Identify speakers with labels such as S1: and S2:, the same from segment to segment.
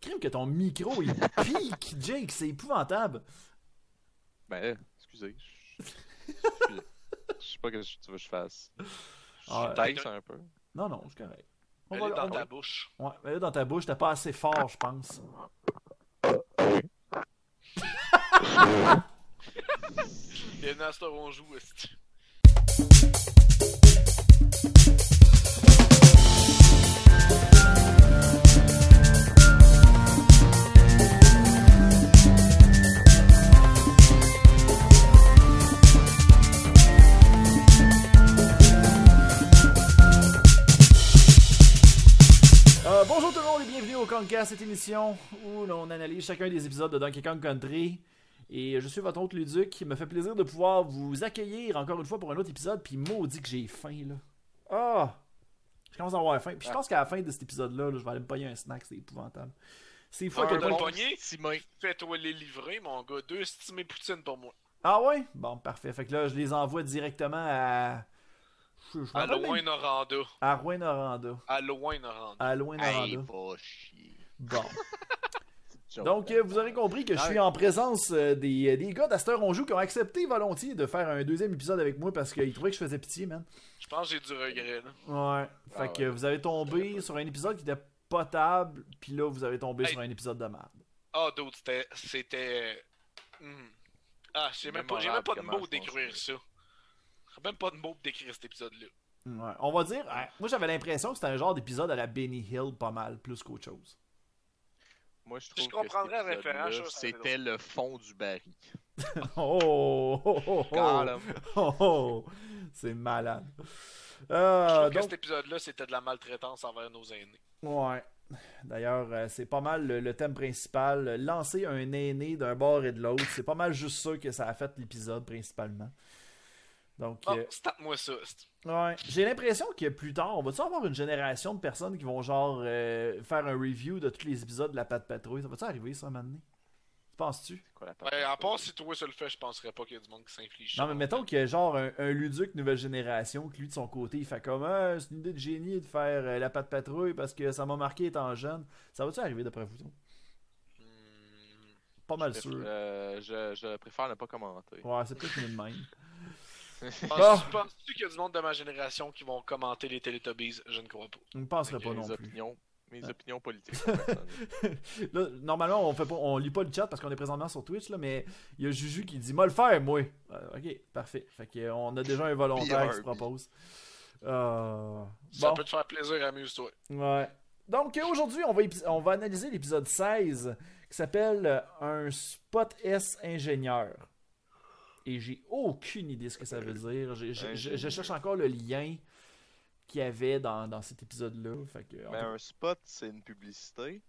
S1: Crime que ton micro il pique, Jake, c'est épouvantable.
S2: Ben, excusez. Je je- je sais pas ce que tu veux que je fasse.
S1: Ah,
S2: Je taille un peu.
S1: Non, non, c'est correct. On
S3: Elle
S1: va-
S3: est dans
S1: on-
S3: ta bouche.
S1: Ouais, mais là, dans ta bouche, t'es pas assez fort, je pense.
S3: Bienvenue à Star on joue, esti.
S1: Euh, bonjour tout le monde et bienvenue au Concast, cette émission où l'on analyse chacun des épisodes de Donkey Kong Country. Et je suis votre hôte Luduc, il me fait plaisir de pouvoir vous accueillir encore une fois pour un autre épisode, puis maudit que j'ai faim là. Ah! Je commence à avoir faim, puis je pense qu'à la fin de cet épisode-là, là, je vais aller me payer un snack, c'est épouvantable. C'est fou à
S3: Ah,
S1: quel
S3: dans le
S1: point...
S3: bon- poignet?
S2: Simon.
S3: Fais-toi les livrer, mon gars. Deux estimés poutines pour moi.
S1: Ah ouais? Bon, parfait. Fait que là, je les envoie directement à... Je, je m'en
S3: À
S1: rappelle même-
S3: loin Noranda.
S1: À Rouen-Noranda.
S3: À loin Noranda.
S1: À Rouen-Noranda.
S2: va chier.
S1: Bon. Donc,
S2: ben,
S1: euh, vous aurez compris que je suis en présence euh, des, des gars d'Aster On Joue qui ont accepté volontiers de faire un deuxième épisode avec moi parce qu'ils trouvaient que je faisais pitié, man.
S3: Je pense que j'ai du regret, là.
S1: Ouais. Fait
S2: Ah
S1: que
S2: ouais.
S1: vous avez tombé sur un épisode qui était potable, puis là, vous avez tombé
S3: Hey.
S1: sur un épisode de merde.
S3: Ah, d'autres, c'était. C'était. hmm. Ah, j'ai même, pas- j'ai même pas de
S2: Mémorable
S3: mots pour décrire ça. J'ai même pas de mots pour décrire cet
S1: Euh,
S3: épisode-là.
S1: Ouais. On va dire, ouais, moi j'avais l'impression que c'était un genre d'épisode à la Benny Hill, pas mal, plus qu'autre chose.
S2: Moi, je trouve
S3: Je
S2: que
S3: comprendrais
S2: cet
S3: la référence,
S2: épisode-là,
S3: je sais pas.
S2: C'était le fond du baril.
S1: Oh, oh, oh, oh,
S2: Calme.
S1: oh, oh. c'est malade. Euh,
S3: Je trouve que
S1: donc-
S3: cet épisode-là, c'était de la maltraitance envers nos aînés.
S1: Ouais. D'ailleurs, euh, c'est pas mal le, le thème principal. euh, Lancer un aîné d'un bord et de l'autre. C'est pas mal juste ça que ça a fait l'épisode principalement. Donc,
S3: Ah,
S1: euh,
S3: stat-moi ça. esti.
S1: ouais. J'ai l'impression que plus tard, on va-tu avoir une génération de personnes qui vont genre euh, faire un review de tous les épisodes de la Patte Patrouille? Ça va-tu arriver ça, un moment donné? Penses-tu?
S2: C'est quoi la
S3: Ouais, à part si toi, ça le fait, je penserais pas qu'il y a du monde qui s'inflige.
S1: Non, mais mettons qu'il y a genre un, un Luduc nouvelle génération qui, lui, de son côté, il fait comme Ah, c'est une idée de génie de faire euh, la Patte Patrouille parce que ça m'a marqué étant jeune. Ça va-tu arriver d'après vous? autres?
S3: Hmm.
S1: Pas mal
S2: Je
S1: sûr.
S2: préfère- euh, je, je préfère ne pas commenter.
S1: Ouais, c'est peut-être une même.
S3: Penses-tu penses-tu qu'il y a du monde de ma génération qui vont commenter les Teletubbies Je ne crois pas.
S1: Je ne penserait
S3: Ok,
S1: pas non
S2: Mes
S1: plus.
S2: opinions, mes opinions politiques. hein, sur personne.
S1: Là, normalement, on fait pas, on lit pas le chat parce qu'on est présentement sur Twitch, là, mais il y a Juju qui dit Moi le faire, moi. Euh, ok, parfait. Fait que, euh, on a déjà un volontaire qui se
S2: BRB.
S1: propose. Euh,
S3: Ça
S1: bon,
S3: peut te faire plaisir, amuse-toi.
S1: ouais. Donc euh, aujourd'hui, on, va épi- on va analyser l'épisode 16 qui s'appelle euh, Un spot S ingénieur. Et j'ai aucune idée ce que ça veut dire. J'ai- j'ai- Je, je cherche encore le lien qu'il y avait dans, dans cet épisode-là. Fait que, en
S2: Mais
S1: tout
S2: un spot, c'est une publicité.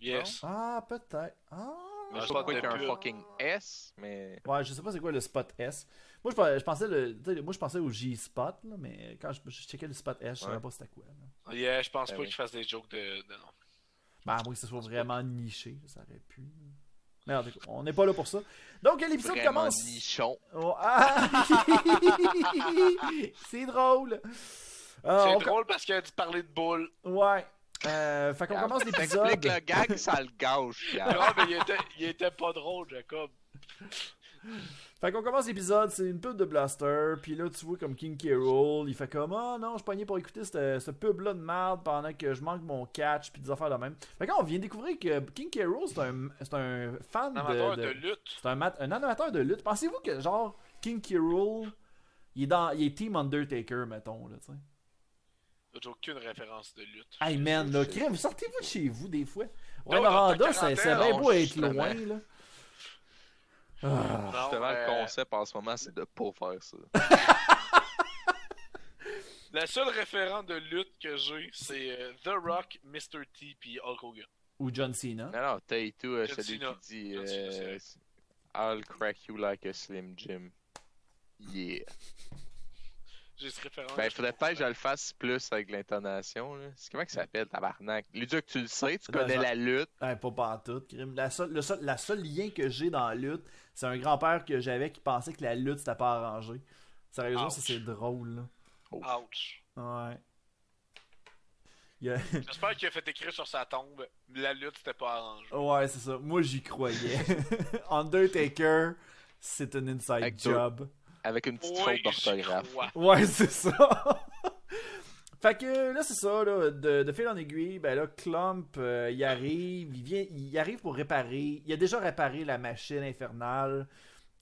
S3: Yes.
S1: Ah, peut-être. Ah.
S2: Mais je
S3: Un
S2: sais
S3: spot
S2: pas pourquoi
S3: de
S2: il y a un
S3: pub.
S2: fucking S, mais.
S1: Ouais, je sais pas c'est quoi le spot S. Moi, je pensais, je pensais le, tu sais, moi, je pensais au J-spot, là, mais quand je, je checkais le spot S, je savais
S2: Ouais.
S1: pas c'était quoi. là.
S3: Yeah, je pense
S2: Ben
S3: pas
S2: oui.
S3: qu'ils fassent des jokes de. de- non.
S1: Bah, à moins que ce soit vraiment niché, ça aurait pu. Mais en tout cas, on n'est pas là pour ça. Donc, l'épisode
S2: Vraiment
S1: commence.
S2: nichon.
S1: Oh, ah! c'est drôle. Euh,
S3: C'est
S1: on-
S3: drôle parce qu'il a dit parler de boules.
S1: Ouais. Euh, fait
S3: Ah,
S1: qu'on commence l'épisode.
S2: T'expliques le gag, ça le gâche, Yann.
S3: Non, mais il était, il était pas drôle, Jacob.
S1: Fait qu'on commence l'épisode, c'est une pub de Blaster, puis là tu vois comme King Carol, il fait comme Ah non, je pognais pour écouter ce, ce pub-là de merde pendant que je manque mon catch, puis des affaires de même. Fait qu'on vient découvrir que King Carol, c'est un, c'est un fan
S3: Un amateur
S1: de.
S3: de,
S1: de-
S3: lutte.
S1: c'est un, mat- un amateur de lutte. Pensez-vous que genre King Carol, il est, dans, il est Team Undertaker, mettons, là, tu sais.
S3: J'ai aucune référence de lutte.
S1: Hey man, là, crème, sortez-vous de chez vous des fois. Ouais,
S3: Non, dans ta
S1: Noranda, c'est c'est bien
S3: quarantaine,
S1: beau
S2: non,
S1: être loin,
S2: justement.
S1: là. Ah.
S3: Non,
S2: Justement, le
S3: euh,
S2: concept en ce moment, c'est de pas faire ça.
S3: Le seul référent de lutte que j'ai, c'est euh, The Rock, Mr. T puis Hulk Hogan.
S1: Ou John Cena.
S2: Non, non, t'as et tout, euh,
S3: John
S2: celui
S3: Cena.
S2: qui dit
S3: John Cena,
S2: euh,
S3: c'est
S2: I'll crack you like a Slim Jim. Yeah.
S3: J'ai ce référent.
S2: Ben, faudrait peut-être que je le fasse plus avec l'intonation. là. C'est comment que ça s'appelle, tabarnak? Luduc, tu le sais, tu
S1: Ben,
S2: connais
S1: j'en-
S2: la lutte.
S1: Ouais, pas partout, crime. La seule, le seul, la seule lien que j'ai dans la lutte, c'est un grand-père que j'avais qui pensait que la lutte c'était pas arrangé. Sérieusement, ça
S3: Ouch.
S1: c'est drôle.
S3: Ouch.
S1: Là. Ouais. Il y a-
S3: J'espère qu'il a fait écrire sur sa tombe la lutte c'était pas arrangé.
S1: Ouais, c'est ça. Moi, j'y croyais. Undertaker, c'est un inside
S2: Avec deux-
S1: job.
S2: Avec une petite
S3: Oui,
S2: faute d'orthographe.
S3: j'y crois.
S1: Ouais, c'est ça. fait que là, c'est ça, là, de, de fil en aiguille, ben là, Clump, euh, il arrive, il, vient, il arrive pour réparer, il a déjà réparé la machine infernale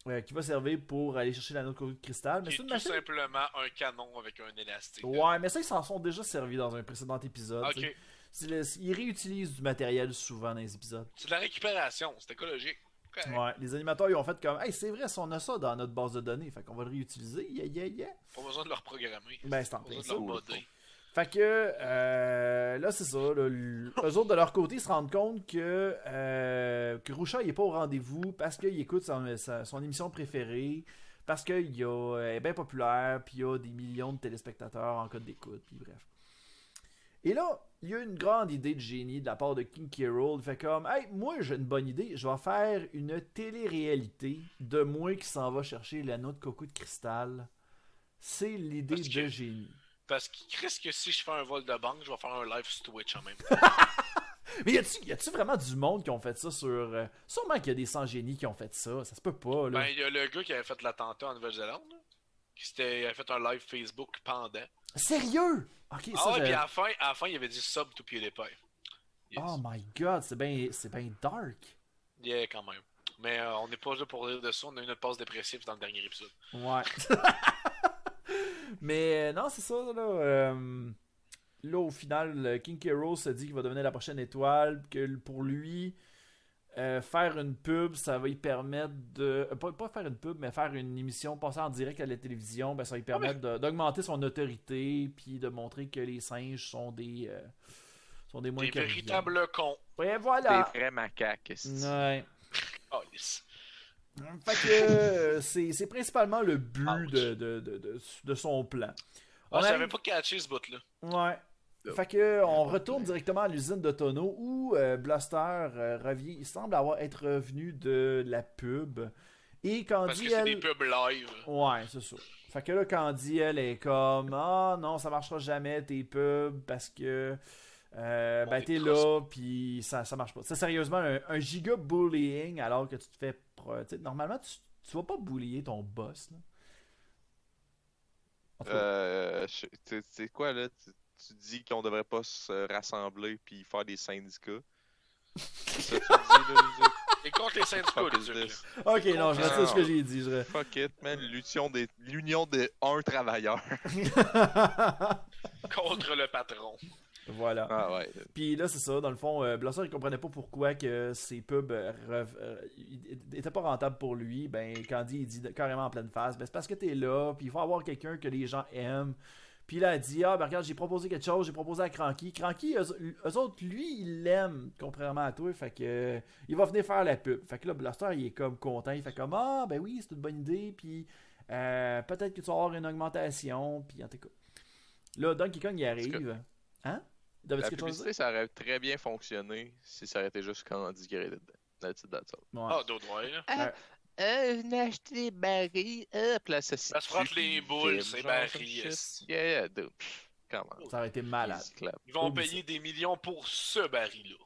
S1: euh, qui va servir pour aller chercher l'anneau de Cou- cristal. Ah, Mais
S3: Qui est
S1: c'est
S3: tout
S1: une machine.
S3: simplement un canon avec un élastique.
S1: Ouais, mais ça, ils s'en sont déjà servis dans un précédent épisode. tu sais.
S3: Ok,
S1: C'est le- Ils réutilisent du matériel souvent dans les épisodes.
S3: c'est de la récupération, c'est écologique. Correct.
S1: Ouais, les animateurs, ils ont fait comme, hey, c'est vrai, si on a ça dans notre base de données, fait qu'on va le réutiliser, yeah, yeah, yeah.
S3: Pas besoin de le reprogrammer.
S1: Ben, c'est en
S3: Pas
S1: plein
S3: besoin de
S1: ça.
S3: le
S2: cool.
S3: modder.
S1: Fait que euh, là, c'est ça. Là, l- eux autres, de leur côté, ils se rendent compte que, euh, que Roucha il est pas au rendez-vous parce qu'il écoute son, sa- son émission préférée, parce qu'il y a- elle est bien populaire, puis il y a des millions de téléspectateurs en code d'écoute, puis bref. Et là, il y a une grande idée de génie de la part de King Carol. Il fait comme Hey, moi, j'ai une bonne idée. Je vais faire une télé-réalité de moi qui s'en va chercher l'anneau de coco de cristal. C'est l'idée
S3: Parce
S1: de
S3: que-
S1: génie.
S3: Parce que Chris, que si je fais un vol de banque, je vais faire un live sur Twitch en même temps.
S1: Mais y a-tu- y a-tu vraiment du monde qui ont fait ça sur. euh, Sûrement qu'il y a des sans-génies qui ont fait ça, ça se peut pas, là.
S3: ben, il y a le gars qui avait fait l'attentat en Nouvelle-Zélande, là, qui s'était- il avait fait un live Facebook pendant.
S1: Sérieux! Ok, ça.
S3: ah ouais,
S1: je-
S3: puis à la, fin, à la fin, il avait dit sub to PewDiePie. Yes.
S1: Oh my god, c'est bien c'est ben dark.
S3: Yeah, quand même. Mais euh, on n'est pas là pour rire de ça, on a eu notre passe dépressive dans le dernier épisode.
S1: Ouais. Mais euh, non, c'est ça, là. euh, Là, au final, euh, King K. Rool se dit qu'il va devenir la prochaine étoile, que l- pour lui, euh, faire une pub, ça va lui permettre de. euh, Pas, pas faire une pub, mais faire une émission, passer en direct à la télévision, ben, ça va lui permettre de- d'augmenter son autorité, puis de montrer que les singes sont des. euh, sont des moins
S3: Des
S1: que rien.
S3: véritables cons.
S1: Ouais,
S2: T'es
S1: voilà!
S2: vraiment macaque.
S1: Ouais.
S3: Oh, yes.
S1: Fait que euh, c'est c'est principalement le but
S3: Ouch.
S1: de, de, de, de- de son plan.
S3: Ah,
S1: On
S3: j'avais
S1: arrive-
S3: pas catché ce bout-là.
S1: Ouais.
S3: Oh.
S2: Yep.
S1: Fait que euh, on retourne directement à l'usine de tonneaux où euh, Blaster euh, revient. Il semble avoir être revenu de la pub. Et
S3: Parce que
S1: Candy,
S3: c'est
S1: elle.
S3: des pubs live.
S1: Ouais, c'est ça. Fait que là, Candy, elle est comme Ah non, ça marchera jamais tes pubs parce que. euh,
S3: On
S1: ben
S3: est
S1: t'es là, puis ça, ça marche pas. C'est sérieusement un, un giga bullying alors que tu te fais. pro- tu sais, Normalement, tu, tu vas pas bullier ton boss. Là. En tout cas,
S2: Euh, je- tu tu sais quoi là? Tu, tu dis qu'on devrait pas se rassembler puis faire des syndicats. C'est ça que tu dis là, Luduc?
S3: Et contre les syndicats,
S2: Fuck
S3: les
S2: is
S3: trucs, là.
S2: this?
S1: Ok, non, je retire ce que
S2: Non.
S1: j'ai dit. Je... re-
S2: Fuck it, man. L'union des, l'union des un travailleur.
S3: Contre le patron.
S1: voilà.
S2: Ah ouais.
S1: Puis là, c'est ça. Dans le fond, euh, Blaster, il comprenait pas pourquoi que ses pubs euh, rev- euh, ils- ils étaient pas rentables pour lui. Ben, Candy, il dit de- carrément en pleine face, ben, c'est parce que t'es là, puis il faut avoir quelqu'un que les gens aiment. Puis là, elle dit, ah, ben regarde, j'ai proposé quelque chose, j'ai proposé à Cranky. Cranky, eux, eux autres, lui, il l'aime, contrairement à toi, fait que euh, il va venir faire la pub. Fait que là, Blaster, il est comme content, il fait comme, ah, ben oui, c'est une bonne idée, puis euh, peut-être que tu vas avoir une augmentation, puis en tout cas. Là, Donkey Kong, il arrive. Hein? Il devait
S2: La
S1: dire quelque chose à dire?
S2: publicité, ça aurait très bien fonctionné si ça aurait été juste Candy qui aurait été dedans. That's it, that's all.
S1: Ouais.
S3: Ah, d'autres ouais, là.
S2: Euh, venez acheter des barils. Hop, là, ça
S3: se frotte les boules, ces barils, yes.
S2: Yeah, yeah, dude. Pff, Come on.
S1: Ça aurait été malade.
S2: Easy clap.
S3: Ils vont
S1: Oublie
S3: payer des millions pour ce baril-là.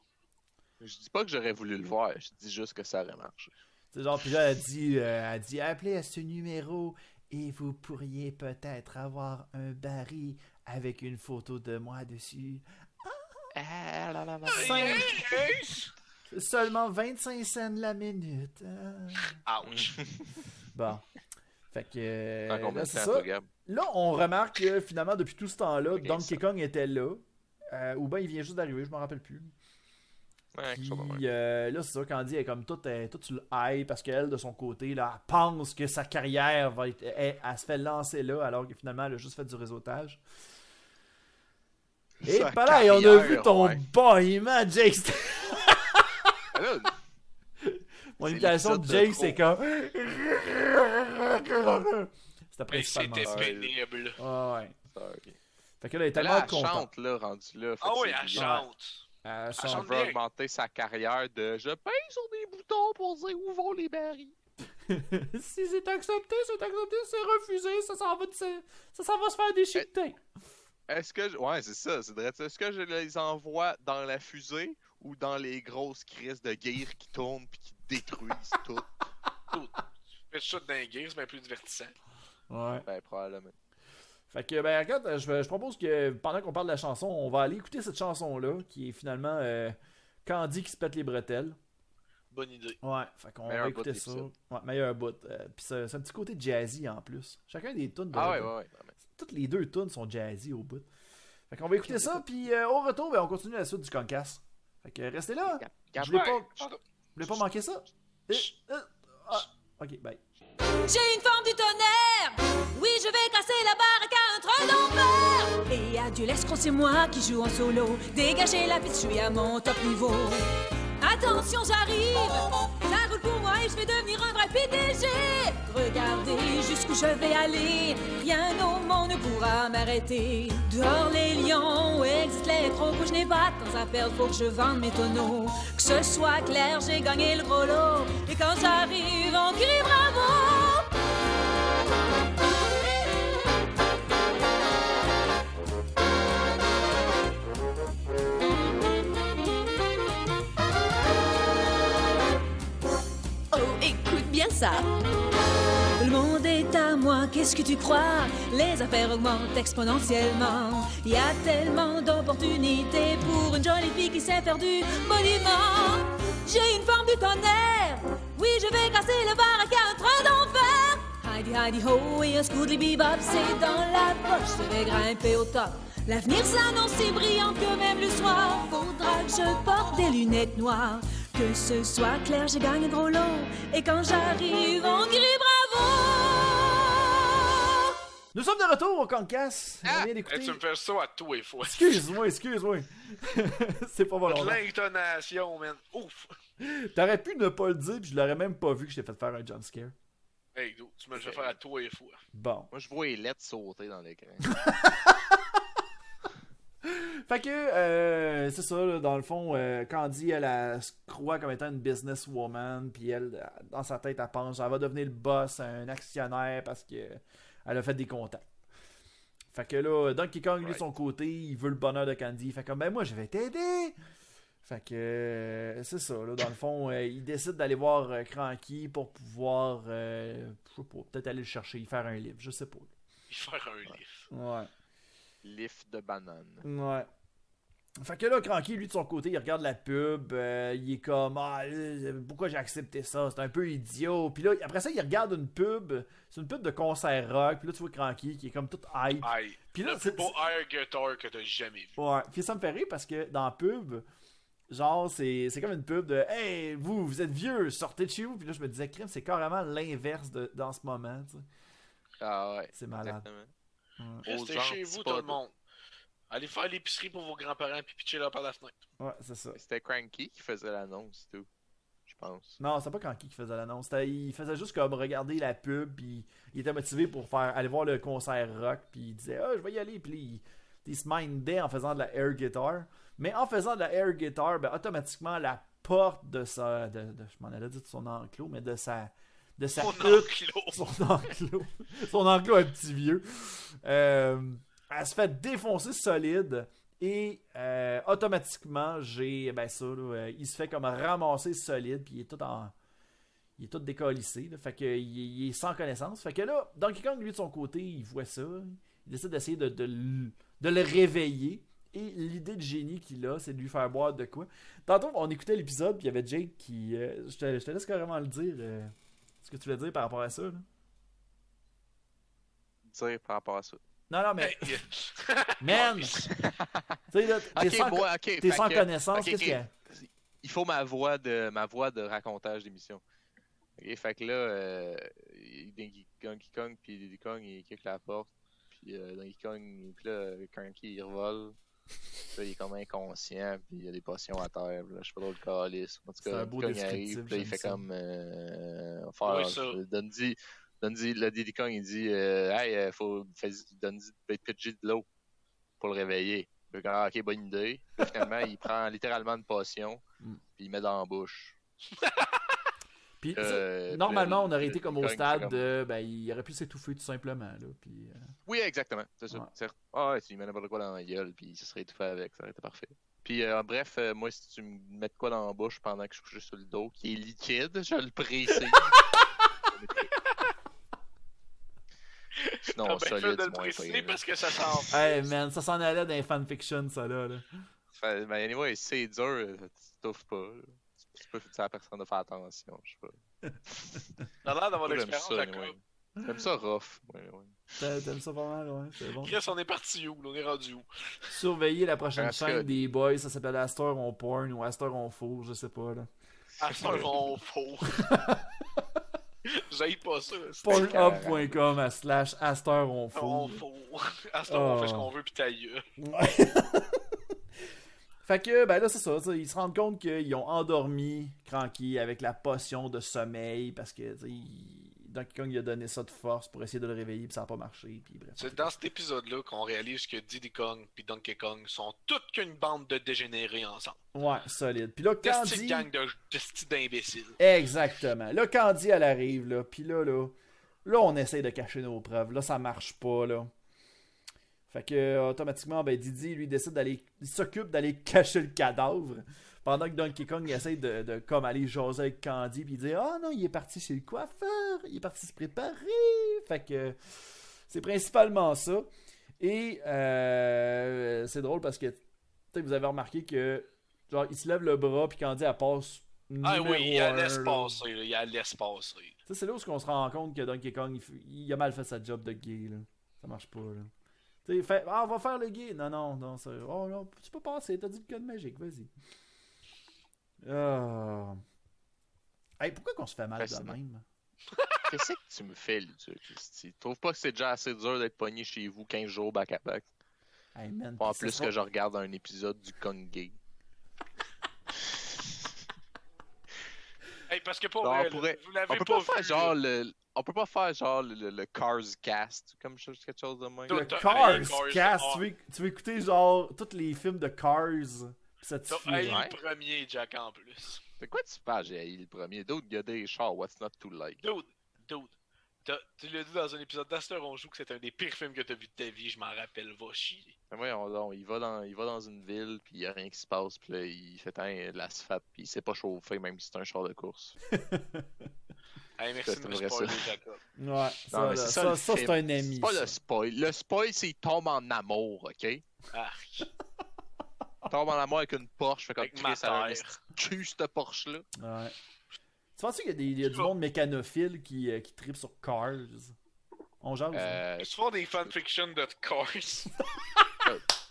S2: Je dis pas que j'aurais voulu le voir, je dis juste que ça aurait marché.
S1: C'est genre, puis là, elle dit, euh, elle dit appelez à ce numéro et vous pourriez peut-être avoir un baril avec une photo de moi dessus.
S2: Ah, là, là, là, là.
S1: Cinq-
S3: Yes!
S1: Seulement 25 cents la minute. hein.
S3: Ouch.
S1: Bon. Fait que. euh,
S2: Tant qu'on met
S1: là,
S2: le
S1: c'est
S2: temps,
S1: ça.
S2: toi, Gab.
S1: Là, on remarque que finalement, depuis tout ce temps-là,
S2: Ok,
S1: Donkey
S2: ça.
S1: Kong était là. Euh, ou bien il vient juste d'arriver, je m'en rappelle plus.
S2: Ouais, quelque chose de même.
S1: Puis, euh, là, c'est ça, Candy est comme toute, euh, toute sur le high parce qu'elle, de son côté, là, elle pense que sa carrière va être. Elle, elle se fait lancer là alors que finalement, elle a juste fait du réseautage. Et
S2: Sa
S1: pareil, on a
S2: carrière,
S1: vu ton
S2: ouais.
S1: bâillement, Jake.
S2: Ah, là,
S1: Mon
S2: C'est
S1: imitation de
S2: l'épisode de
S1: Jake, c'est comme. C'était
S3: Mais
S1: principalement
S3: c'était
S1: ça.
S2: ouais.
S3: pénible.
S1: Ah ouais.
S2: sorry.
S1: Fait que là, elle est
S2: Mais
S1: tellement
S2: là, elle
S1: contente.
S2: chante, là, rendu là. fait
S3: Ah
S2: que
S3: oui,
S2: c'est
S3: elle
S2: bien.
S3: chante.
S1: Elle
S3: Elle
S2: Elle
S1: chante.
S3: chante.
S2: veut
S3: bien.
S2: augmenter sa carrière de je pèse sur des boutons pour dire où vont les barils.
S1: si c'est accepté, c'est accepté, c'est refusé, ça s'en va, de- ça s'en va se faire déchiqueter.
S2: Est-ce que je... Ouais, c'est ça, c'est vrai. Est-ce que je les envoie dans la fusée ou dans les grosses crises de guerre qui tournent puis qui détruisent tout?
S3: Fais ça dingue, c'est bien plus divertissant.
S1: Ouais.
S2: Ben, probablement.
S1: Fait que, ben, regarde, je, je propose que pendant qu'on parle de la chanson, on va aller écouter cette chanson-là, qui est finalement euh, Candy qui se pète les bretelles.
S3: Bonne idée.
S1: Ouais, fait qu'on
S2: Meilleur
S1: va écouter
S2: bout
S1: ça.
S2: d'épisode.
S1: Ouais, meilleur bout. Euh, Puis c'est c'est un petit côté jazzy en plus. Chacun des tunes. de-
S2: Ah ouais, ouais, ouais.
S1: Toutes les deux tunes sont jazzy au bout. Fait qu'on va écouter ça, puis euh, au retour, ben, on continue la suite du Concast. Fait que restez là, vous Je voulais pas-
S2: Ah.
S3: pardon.
S1: voulez pas manquer ça? Euh, euh, ah, ok, bye.
S4: J'ai une forme du tonnerre. Oui, je vais casser la baraque à un train d'enfer. Et adieu l'escroc, c'est moi qui joue en solo. Dégagez la piste, je suis à mon top niveau. Attention, j'arrive. Ça roule pour moi et je vais devenir un vrai PDG. Regardez jusqu'où je vais aller. Rien au monde ne pourra m'arrêter. Dehors les lions, exit les crocs, que je n'ai pas de temps à perdre, faut que je vende mes tonneaux. Que ce soit clair, j'ai gagné le gros lot. Et quand j'arrive, on crie bravo. Oh, écoute bien ça. Le monde est à moi, qu'est-ce que tu crois Les affaires augmentent exponentiellement. Il y a tellement d'opportunités pour une jolie fille qui sait faire du monument. J'ai une forme de tonnerre. Oui, je vais casser le baraque à un train d'enfer. Heidi, Heidi, ho, et un scoodly bebop, c'est dans la poche, je vais grimper au top. L'avenir s'annonce si brillant que même le soir, faudra que je porte des lunettes noires. Que ce soit clair, je gagne un gros lot, et quand j'arrive, on crie bravo!
S1: Nous sommes de retour au Concast.
S2: Ah!
S1: on vient
S3: Hey,
S1: d'écouter.
S3: tu me fais ça à tous les fois.
S1: Excuse-moi, excuse-moi. c'est pas
S3: De
S1: volontaire.
S3: L'intonation, man. Ouf.
S1: T'aurais pu ne pas le dire, puis je l'aurais même pas vu que je t'ai fait faire un jump scare.
S3: Hey, dude, tu me le fais faire à tous les fois.
S1: Bon.
S2: Moi, je vois les lettres sauter dans l'écran.
S1: Fait que, euh, c'est ça, là, dans le fond, euh, Candy, elle, elle se croit comme étant une businesswoman, puis elle, elle, dans sa tête, elle pense, elle va devenir le boss, un actionnaire, parce que elle a fait des contacts. Fait que là, Donkey Kong, lui, de
S2: Right.
S1: son côté, il veut le bonheur de Candy. Fait comme, ben moi, je vais t'aider! Fait que, euh, c'est ça, là, dans le fond, euh, il décide d'aller voir euh, Cranky pour pouvoir, euh, je sais pas, peut-être aller le chercher, y faire un livre, je sais pas.
S3: Il faire un livre.
S1: Ouais.
S2: Lift de banane.
S1: Ouais. Fait que là, Cranky, lui, de son côté, il regarde la pub, euh, il est comme « Ah, là, pourquoi j'ai accepté ça? C'est un peu idiot. » Puis là, après ça, il regarde une pub, c'est une pub de concert rock, puis là, tu vois Cranky qui est comme tout hype.
S3: Aïe.
S1: Puis là,
S3: le plus
S1: c'est-
S3: beau air guitar que t'as jamais vu.
S1: Ouais, puis ça me fait rire parce que dans la pub, genre, c'est c'est comme une pub de « Hey, vous, vous êtes vieux, sortez de chez vous. » Puis là, je me disais « Crime, c'est carrément l'inverse de- dans ce moment, tu sais.
S2: Ah ouais.
S1: C'est malade.
S2: Exactement.
S3: Restez
S2: Aux
S3: chez vous, tout le
S2: antipodes.
S3: monde. Allez faire l'épicerie pour vos grands-parents puis pitcher là par la fenêtre.
S1: Ouais, c'est ça.
S2: C'était Cranky qui faisait l'annonce, tout. Je pense.
S1: Non, c'est pas Cranky qui faisait l'annonce. C'était- Il faisait juste comme regarder la pub, puis il était motivé pour faire aller voir le concert rock, puis il disait Ah, je vais y aller, puis là, il, il se mindait en faisant de la air guitar. Mais en faisant de la air guitar, ben, automatiquement, la porte de sa. De, de- je m'en allais dire de son enclos, mais de sa. De sa
S3: Mon
S1: hutte-
S3: enclos.
S1: son enclos. son enclos un petit vieux. Euh, elle se fait défoncer solide. Et euh, automatiquement, j'ai. Ben ça, là, euh, il se fait comme ramasser solide. Puis il est tout en. Il est tout décollissé. là. fait que il, est- il est sans connaissance. Fait que là, Donkey Kong, lui, de son côté, il voit ça. Il décide d'essayer de, de, l- de le réveiller. Et l'idée de génie qu'il a, c'est de lui faire boire de quoi. Tantôt, on écoutait l'épisode, puis il y avait Jake qui. euh, je, te, je te laisse carrément le dire. euh, ce que tu voulais dire par rapport à ça. là.
S2: Dire par rapport à ça.
S1: Non, non, mais.
S3: Hey, yeah.
S1: Man! tu sais, là, t'es
S2: Ok,
S1: sans,
S2: moi, ok. fait
S1: t'es sans
S2: que-
S1: connaissance,
S2: ok,
S1: qu'est-ce
S2: ok.
S1: qu'il y a?
S2: il faut ma voix de ma voix de racontage d'émission. Et fait que là, euh, il- Donkey Donkey Kong puis Diddy Kong il kick la porte, puis euh, Donkey Kong puis là euh, Cranky il revole. Puis là, il est comme inconscient, puis il y a des potions à terre. puis là, je sais pas trop le calice. En tout
S1: C'est un
S2: cas, Donkey
S1: beau
S2: Kong il
S1: descriptif,
S2: arrive, puis là, il
S1: j'aime
S2: fait
S1: ça.
S2: comme. Euh,
S3: Ouais,
S2: faire,
S3: ça.
S2: Dundee, Dundee, là, Diddy Kong il dit euh, Hey, euh, faut. fais- Dundee peut être pitché de l'eau pour le réveiller. Puis, ah, ok, bonne idée. Puis, finalement, il prend littéralement une potion,
S1: Mm.
S2: puis il met dans la bouche.
S1: Puis,
S2: Euh,
S1: ça, normalement, on
S2: le-
S1: aurait
S2: le-
S1: été comme
S2: le
S1: au
S2: Kong,
S1: stade
S2: c'est comme-
S1: de. Ben, il aurait pu s'étouffer tout simplement. Là, puis, euh,
S2: Oui, exactement. C'est ça.
S1: Ouais.
S2: C'est- Ah, ouais, s'il met n'importe quoi dans la gueule, puis ça serait tout fait avec, ça aurait été parfait. Puis, euh, bref, euh, moi, si tu me mets de quoi dans la bouche pendant que je suis couché sur le dos, qui est liquide, je le précise. Sinon,
S3: T'as bien fait
S2: solide,
S3: Ben, de le
S2: moins
S3: préciser
S2: pire.
S3: parce que ça s'en
S1: Hey man, ça s'en allait dans les fanfictions, ça là. là.
S2: Fait- Mais Ben, anyway, c'est dur, euh, tu t'ouffes pas. là. Tu- Tu peux dire à la personne de faire attention, je sais pas.
S3: T'as l'air d'avoir
S2: Moi,
S3: l'expérience, Jacob.
S2: anyway. J'aime ça rough. ouais, ouais.
S1: T'a- T'aimes ça pas mal, ouais, c'est bon.
S3: Chris, on est parti où? là? On est rendu où?
S1: Surveillez la prochaine
S2: En tout cas-
S1: chaîne des boys, ça s'appelle Astor on porn ou Astor on four, je sais pas là.
S3: À ce moment, faux. J'aille pas ça. c'est-
S1: Pornhub.com à slash Astor on
S3: On
S1: four.
S3: faut. À ce moment, on fait ce
S1: Oh.
S3: qu'on veut, pis ta gueule.
S1: Fait que, ben là, c'est ça. t'sais, Ils se rendent compte qu'ils ont endormi Cranky avec la potion de sommeil parce que, t'sais, il- Donkey Kong il a donné ça de force pour essayer de le réveiller, puis ça n'a pas marché. Puis bref.
S3: C'est dans cet épisode-là qu'on réalise que Diddy Kong pis Donkey Kong sont toutes qu'une bande de dégénérés ensemble.
S1: Ouais, solide. Puis là,
S3: Qu'est-ce
S1: Candy.
S3: gang de de sti d'imbéciles?
S1: Exactement. Là, Candy, elle arrive, là. Puis là, là, là, on essaye de cacher nos preuves. Là, ça marche pas, là. Fait que, euh, automatiquement, ben, Didi, lui, décide d'aller. Il s'occupe d'aller cacher le cadavre. Pendant que Donkey Kong, il essaye de, de, comme, aller jaser avec Candy. Puis il dit Ah non, il est parti chez le coiffeur. Il est parti se préparer. Fait que. C'est principalement ça. Et euh, c'est drôle parce que peut-être que vous avez remarqué que genre il se lève le bras puis Candy elle passe
S3: Ah
S1: numéro
S3: oui, il y
S1: un,
S3: a
S1: là.
S3: l'espace, il y a l'espace.
S1: Ça, c'est là où on se rend compte que Donkey Kong, il, f- il a mal fait sa job de gay, là. Ça marche pas, là. Tu sais, fait, ah, on va faire le gay. Non, non, non, ça- oh, non, tu peux passer, t'as dit le code magique, vas-y. Ah. Hey, pourquoi qu'on se fait mal de
S2: Fascinant.
S1: même?
S2: Qu'est-ce que tu me fais, Luduc? Tu trouves pas que c'est déjà assez dur d'être pogné chez vous 15 jours back-à-back?
S1: Hey, man,
S2: Pas en
S1: puis
S2: plus
S1: ce
S2: que
S1: sera-
S2: je regarde un épisode du Kong Gay.
S3: Hey, parce que pour
S2: Non, on
S3: vrai, là,
S2: pourrait-
S3: vous l'avez
S2: On peut
S3: pas
S2: pas
S3: vu,
S2: faire
S3: là.
S2: genre le... On peut pas faire genre le, le- le Cars Cast, comme chose- quelque chose de même.
S3: Tout-
S1: Le
S3: Hey,
S1: Cars
S3: Cars,
S1: cast,
S3: ah.
S1: tu veux, tu veux écouter, genre, tous les films de Cars, pis ça te
S3: T'as
S1: suffit,
S3: haï
S1: là.
S2: Ouais.
S3: le premier, Jack, en plus.
S2: De quoi tu parles, j'ai haï le premier? D'autres, il y a des chars, what's not to like?
S3: Dude, dude. t'as- Tu l'as dit dans un épisode d'Aster, on joue que c'est un des pires films que t'as vu de ta vie, je m'en rappelle, va chier.
S2: Mais voyons donc, il va dans, il va dans une ville, puis il y a rien qui se passe, puis là, il fait un l'asphalte, puis il s'est pas chauffé, même si c'est un char de course.
S3: Hey, merci
S2: Ça,
S3: de
S2: c'est
S3: me
S2: vrai, ça.
S3: spoiler, Jacob.
S1: Ouais, ça,
S2: Non,
S1: là, ça,
S2: mais c'est ça,
S1: ça,
S2: le
S1: c'est
S2: film.
S1: un ami.
S2: C'est pas
S1: ça.
S2: le spoil. Le spoil, c'est qu'il tombe en amour, ok? Il
S3: Arc.
S2: tombe en amour avec une Porsche, fait comme
S3: Avec ma
S2: Chris, elle a un
S3: terre.
S2: esti de cul, cette Porsche-là.
S1: Ouais. Tu penses qu'il y a, des, il y a du monde mécanophile qui, euh, qui tripe sur Cars? On jase? hein?
S2: Euh,
S3: Ils se font des fanfictions de Cars.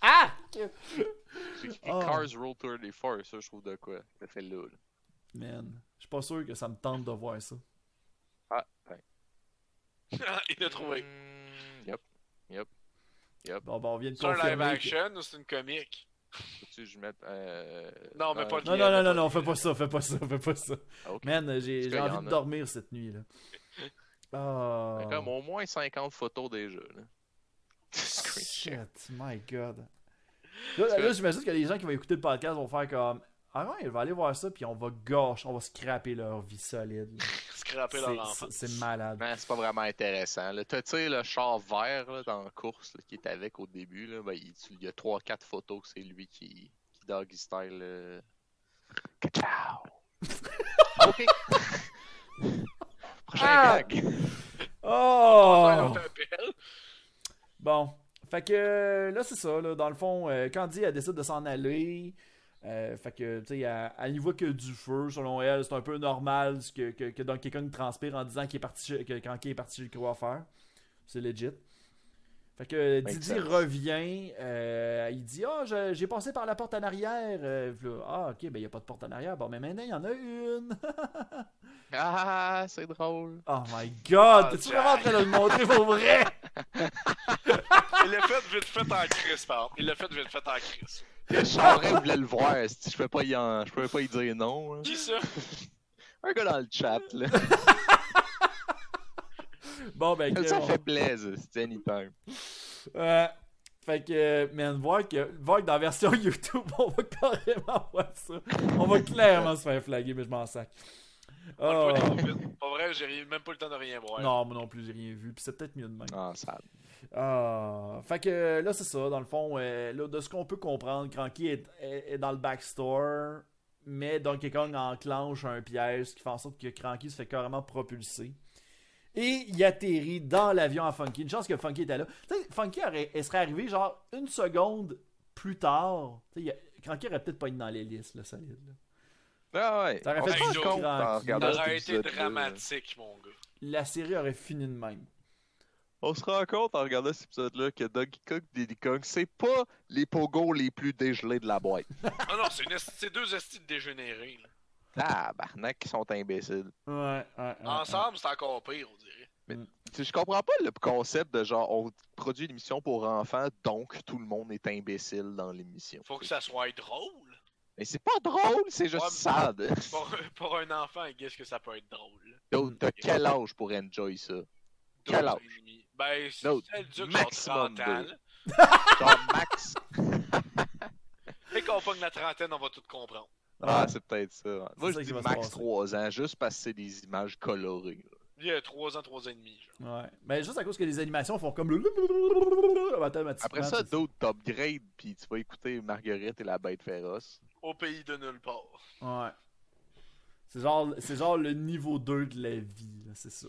S1: Ah!
S2: c'est qui-
S1: Oh.
S2: Cars Roll Tour des Forces, ça, je trouve de quoi. Ça fait là, là.
S1: Man, je suis pas sûr que ça me tente de voir ça.
S2: Ah, ben.
S3: Il a trouvé.
S2: Mm, Yep.
S1: Bon, ben, on vient de
S3: C'est un
S1: confirmer.
S3: live
S1: que-
S3: action ou c'est une comique?
S2: Faut-tu que je mette. Euh...
S3: Non, mais pas le-
S1: Non, non, non, non, non, fais pas ça, fais pas ça, fais pas ça.
S2: Ah, ok.
S1: Man, j'ai
S2: Parce
S1: j'ai
S2: qu'il y
S1: envie
S2: en
S1: de
S2: a.
S1: dormir cette nuit, là. Ah.
S2: Fait Comme au moins 50 photos déjà, là. Screenshot.
S1: Shit, my god. Là, là, là, j'imagine que les gens qui vont écouter le podcast vont faire comme... Ah ouais, ils vont aller voir ça, puis on va gâcher, on va scraper leur vie solide. là.
S3: Scraper leur enfant.
S1: C'est- C'est c'est malade.
S2: Non, c'est pas vraiment intéressant. là. T'as, tu sais, le char vert là, dans la course là, qui est avec au début, là, ben, il, tu- il y a 3-4 photos que c'est lui qui, qui doggy style. euh, Ciao! ok! Prochain
S1: Ah!
S2: gag!
S1: Oh!
S3: On t'appelle.
S1: Bon. Fait que euh, là, c'est ça. Là, dans le fond, euh, Candy, elle décide de s'en aller. Euh, fait que, tu sais, elle, elle n'y voit que du feu, selon elle. C'est un peu normal ce que, que, que Donkey Kong transpire en disant qu'il est parti chez- que Cranky est parti chez le coiffeur. C'est legit. Fait que euh,
S2: Makes
S1: Didi
S2: sense.
S1: revient. euh, il dit Ah, je- j'ai passé par la porte en arrière. Euh, puis là, ah, ok, ben il n'y a pas de porte en arrière. Bon, mais maintenant, il y en a une.
S2: Ah, c'est drôle!
S1: oh my god,
S3: Ah,
S1: t'es-tu vraiment en
S3: Jack.
S1: train de le montrer pour vrai
S3: Il l'a fait vite fait en Chris, pardon. Il l'a fait vite fait en Chris.
S2: Le charret voulait le voir, esti, je peux pas y en- je peux pas y dire non. là.
S3: Qui ça?
S2: Un gars dans le chat, là.
S1: Bon, ben, ok,
S2: Ça
S1: on-
S2: fait plaisir, c'est anytime.
S1: Ouais. Fait que, euh, man, voir que, voir que dans la version YouTube, on va carrément voir ça. On va clairement se faire flaguer, mais je m'en sac.
S3: On le voit
S1: Ah.
S3: trop vite. Pas vrai, j'ai même pas le temps de rien voir.
S1: Non, moi non plus, j'ai rien vu. Puis c'est peut-être mieux de même.
S2: Ah, ça.
S1: Ah, fait que là, c'est ça, dans le fond, euh, là, de ce qu'on peut comprendre, Cranky est, est- est dans le backstore, mais Donkey Kong enclenche un piège, ce qui fait en sorte que Cranky se fait carrément propulser. Et il atterrit dans l'avion à Funky. Une chance que Funky était là. Tu sais, Funky aurait- elle serait arrivée genre une seconde plus tard. Tu sais, il y a- Cranky aurait peut-être pas été dans l'hélice, le solide. là.
S2: Ah ouais.
S1: Ça aurait
S2: On
S1: fait
S2: se rend
S3: juste
S2: compte en
S1: tranquille.
S3: Ça
S2: regardant
S3: aurait
S2: cet
S3: été
S2: épisode-là.
S3: dramatique, mon gars.
S1: La série aurait fini de même.
S2: On se rend compte en regardant cet épisode-là que Donkey Kong Diddy Kong, c'est pas les pogos les plus dégelés de la boîte.
S3: Ah non, c'est une esti- c'est deux estis de dégénérés. là.
S2: Ah, barnac, ils sont imbéciles.
S1: Ouais, ouais, ouais, ouais.
S3: Ensemble, c'est encore pire, on dirait.
S2: Tu sais, Je comprends pas le concept de genre, on produit une émission pour enfants, donc tout le monde est imbécile dans l'émission.
S3: Faut que ça soit drôle.
S2: Mais c'est pas drôle, c'est juste
S3: Ouais, mais-
S2: sad.
S3: Pour, pour un enfant, qu'est-ce que ça peut être drôle?
S2: T'as- T'as quel âge pour enjoy ça? Quel
S3: Deux
S2: âge?
S3: ans et demi. Ben, c'est
S2: No,
S3: le duc, genre
S2: maximum
S3: 30 ans.
S2: deux.
S3: là.
S2: Genre max.
S3: Dès qu'on pogne la trentaine, on va tout comprendre.
S2: Ah, c'est peut-être ça. ouais. Moi,
S1: ça
S2: je
S1: qui
S2: dis
S1: va se
S2: max
S1: passer.
S2: 3 ans, juste parce que c'est des images colorées. là.
S3: Il y a 3 ans, 3 ans et demi. genre.
S1: Ouais. Mais juste à cause que les animations font comme le. automatiquement,
S2: Après ça,
S1: tu sais.
S2: d'autres t'upgrades, puis tu vas écouter Marguerite et la bête féroce.
S3: Au pays de nulle part.
S1: Ouais. C'est genre, c'est genre le niveau 2 de la vie, là, c'est ça.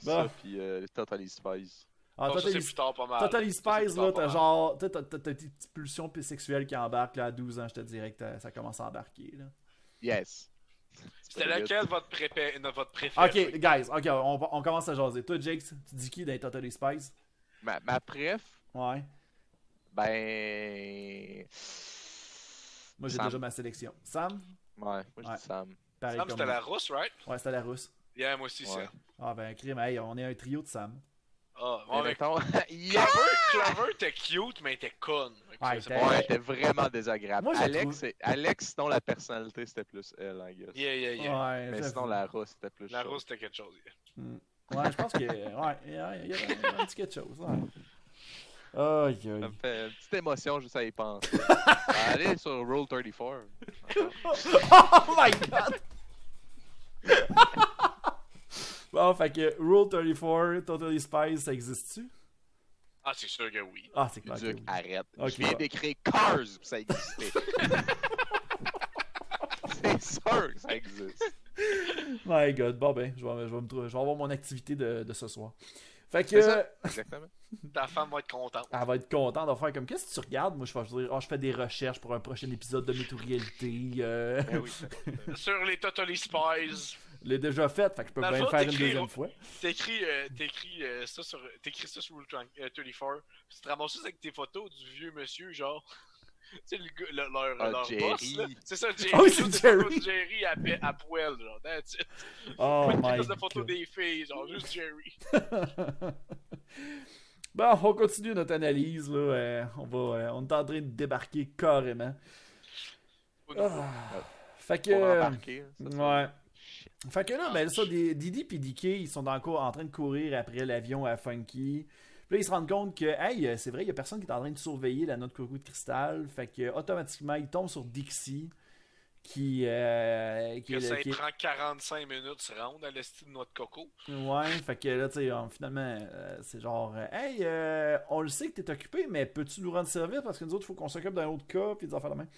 S2: Ça,
S1: Bah.
S2: puis euh, Total Spies.
S1: Ah,
S3: Bon, ça,
S1: Total,
S3: c'est plus tard pas mal.
S1: Total
S3: Ça, c'est
S1: Spies,
S3: plus
S1: là,
S3: tard pas
S1: t'as
S3: mal.
S1: genre. T'as, t'as, t'as, t'as des petites pulsions p- sexuelles qui embarquent, là, à 12 ans, je te dirais que t'as- ça commence à embarquer, là.
S2: Yes.
S3: C'était laquelle votre, prépa- non, votre
S1: Ok,
S3: préférée?
S1: guys, ok, on, va- on commence à jaser. Toi, Jake, tu dis qui dans les Total Spies
S2: Ma, ma préf,
S1: Ouais.
S2: ben.
S1: Moi, j'ai
S2: Sam.
S1: déjà ma sélection. Sam
S2: Ouais, moi je
S1: Ouais.
S2: dis Sam.
S1: Pareil comme
S3: Sam, Ah,
S1: moi.
S3: c'était la rousse, right?
S1: Ouais, c'était la russe.
S3: Yeah, moi aussi,
S2: Ouais.
S3: ça.
S1: Ah, ben, crime, hey, on est un trio de Sam.
S3: Ah,
S2: Mais
S3: bon, avec
S2: mettons- yeah!
S3: Clover,
S2: Ah!
S3: Clover était cute, mais elle était conne. Fait que
S1: Ah,
S3: ça, c'est
S1: elle
S3: pas-
S2: Ouais, elle était vraiment désagréable.
S1: Moi, je la
S2: Alex,
S1: trouve-
S2: c'est- Alex, sinon la personnalité, c'était plus elle, I guess.
S3: Yeah, yeah, yeah.
S1: Ouais,
S2: Mais
S1: j'avoue.
S2: Ben,
S1: Hmm.
S2: sinon, la rousse, c'était plus
S3: La
S2: chaud.
S3: rousse, c'était quelque chose. yeah.
S1: Ouais, je pense que. Ouais, il y a, il y a- il y a un petit quelque chose. ouais. Aïe, aïe.
S2: Ça me fait une petite émotion juste à y penser. Allez sur Roll 34.
S1: Oh my god! bon, fait que Rule 34, Totally Spies, ça existe-tu?
S3: Ah, c'est sûr que oui.
S1: Ah, c'est clair. que
S2: Duc,
S1: oui.
S2: arrête.
S1: Ok,
S2: Je viens
S1: bon.
S2: d'écrire Cars, puis ça existait. C'est sûr que ça existe.
S1: My god, bon ben, je vais, je vais me trouver- je vais avoir mon activité de, de ce soir. Fait que.
S2: C'est ça. Exactement.
S3: Ta femme va être contente.
S1: Elle va être contente d'en faire comme qu'est-ce que tu regardes? Moi, je vais dire, oh, je fais des recherches pour un prochain épisode de Météo-réalité. Euh,
S2: Ben oui.
S3: Sur les Totally Spies,
S1: je l'ai déjà fait, fait que je peux
S3: Dans le
S1: bien
S3: fond,
S1: faire une
S3: t'écris-
S1: deuxième fois.
S3: t'écris euh, t'écris, euh, ça sur t'écris ça sur Rule 30 euh, 34, puis tu te ramasses juste avec tes photos du vieux monsieur, genre. tu sais, le gars- le- leur,
S2: Ah,
S3: leur
S2: Jerry.
S3: boss, là. C'est ça, Jerry.
S1: Ah oui, c'est
S3: Toutes les
S1: Jerry.
S3: photos de Jerry à, pe- à poil, genre. That's it.
S1: Oh
S3: Pas
S1: my
S3: une crise de photos
S1: god.
S3: des filles, genre, juste Jerry.
S1: Bon, on continue notre analyse. Là. euh, on, va, euh, on est en train de débarquer carrément. Ah, fait que.
S2: Pour embarquer. hein, ça, ça.
S1: Ouais. Fait que là,
S3: Ah,
S1: ben, ça,
S3: je-
S1: des- Didi et DK, ils sont en, cours- en train de courir après l'avion à Funky. Puis là, ils se rendent compte que, hey, euh, c'est vrai, il y a personne qui est en train de surveiller la note coucou de cristal. Fait que, euh, automatiquement, ils tombent sur Dixie, qui, euh, qui
S3: Que
S1: est
S3: ça
S1: le-
S3: lui
S1: qui est-
S3: prend 45 minutes de se rendre à l'esti de noix de coco.
S1: Ouais, fait que là, tu sais, on- finalement, euh, c'est genre, euh, hey, euh, on le sait que t'es occupé, mais peux-tu nous rendre service parce que nous autres, il faut qu'on s'occupe d'un autre cas, puis des affaires de même.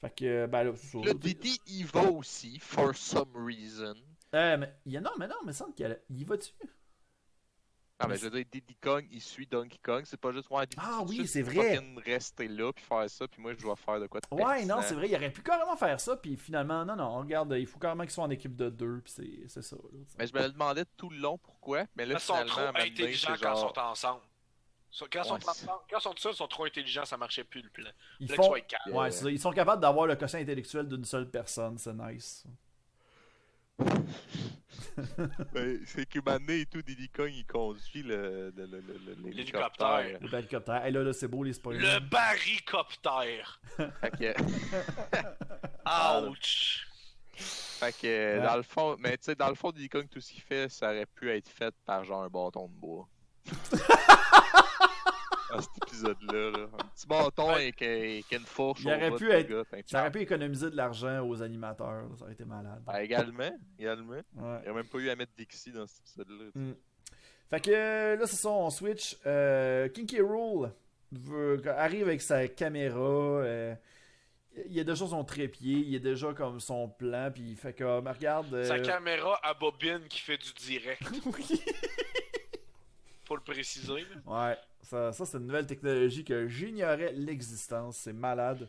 S1: Fait que, euh, ben là, c'est ça.
S2: Le Didi, il va aussi, for some reason.
S1: Euh, mais, il y a- non, mais non, mais il semble qu'il y a- il y va dessus.
S2: Ah, mais je veux dire, Diddy Kong, il suit Donkey Kong. C'est pas juste, ouais, Diddy,
S1: Ah
S2: tu
S1: oui,
S2: sais,
S1: c'est
S2: tu
S1: vrai.
S2: fucking rester là, puis faire ça, puis moi, je dois faire de quoi de
S1: Ouais, non,
S2: pertinent.
S1: c'est vrai, il aurait pu carrément faire ça, puis finalement, non, non, regarde, il faut carrément qu'ils soient en équipe de deux, puis c'est- c'est ça. là, tu sais.
S2: Mais je me le demandais tout le long pourquoi, mais là,
S3: Ils sont
S2: finalement,
S3: trop
S2: à un moment donné,
S3: intelligents
S2: c'est
S3: quand ils
S2: genre-
S3: sont ensemble. Ils sont- Quand ils
S2: Ouais,
S3: sont
S2: c'est-
S3: ensemble- quand ils sont tout seuls, ils sont trop intelligents, ça marchait plus le plan.
S1: Ils
S3: Là,
S1: font.
S3: tu vas être calme.
S2: euh,
S1: Ouais, c'est ça, ils sont capables d'avoir le quotient intellectuel d'une seule personne, c'est nice.
S2: Ben, c'est que Mané et tout, Diddy Kong, il conduit le, le, le, le- le-
S3: L'hélicoptère.
S1: Le hélicoptère. Hey, là, là, c'est beau, les spoilers.
S3: Le barricoptère.
S2: Fait que,
S1: Ah.
S3: Ouch.
S2: fait que,
S1: Ouais.
S2: dans le fond, mais tu sais, dans le fond, Diddy Kong, tout ce qu'il fait, ça aurait pu être fait par genre un bâton de bois. dans cet épisode-là. là. Un petit bâton
S3: Ouais.
S2: avec, avec une fourche.
S1: Il
S2: au
S1: aurait
S2: bas
S1: pu
S2: du
S1: être-
S2: gars, puis un
S1: Ça aurait
S2: tchao.
S1: pu économiser de l'argent aux animateurs, là, ça aurait été malade.
S2: Ben, également, également.
S1: Ouais.
S2: Il n'y a même pas eu à mettre Dixie dans cet épisode-là. tu sais.
S1: Mm. Fait que euh, là, c'est ça, on switch. Euh, Kinky Rule veut- arrive avec sa caméra. euh, il y a déjà son trépied, il y a déjà comme son plan, puis il fait comme, regarde. euh,
S3: Sa caméra à bobine qui fait du direct,
S1: oui.
S3: faut le préciser. là.
S1: Ouais, ça, ça, c'est une nouvelle technologie que j'ignorais l'existence, c'est malade.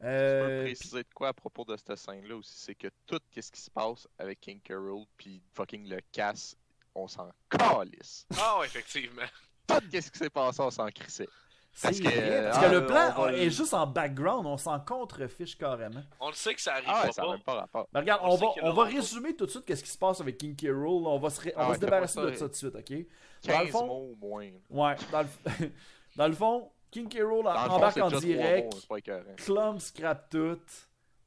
S2: Je
S1: Euh,
S2: peux préciser de quoi à propos de cette scène-là aussi, c'est que tout ce qui se passe avec King Carol puis fucking le casse, on s'en calisse.
S3: Ah, ouais, effectivement.
S2: Tout ce qui s'est passé, on s'en crissait.
S1: c'est
S2: parce que-
S1: vrai, parce
S2: ah,
S1: que le plan
S2: on va-
S1: est juste en background, on s'en contrefiche carrément.
S3: On le sait que ça
S2: Ah,
S3: arrivera
S2: ouais, ça n'a
S3: pas.
S2: même pas rapport.
S1: Mais regarde,
S3: On
S1: on,
S3: sait
S1: va,
S3: qu'il y en
S1: on va
S3: aura pas.
S1: résumer tout de suite qu'est-ce qui se passe avec Kinky Rule. On va se, ré- on
S2: Ah
S1: va
S2: ouais,
S1: se
S2: t'as
S1: débarrasser
S2: pas ça,
S1: de ça tout de suite, ok? Dans le
S2: 15
S1: fond-
S2: mots au moins.
S1: Ouais, dans le, f- dans le fond, Kinky Roll
S2: Dans le fond,
S1: embarque
S2: c'est
S1: en
S2: déjà trois
S1: direct,
S2: mots, c'est pas écœurant.
S1: Clump scrape tout.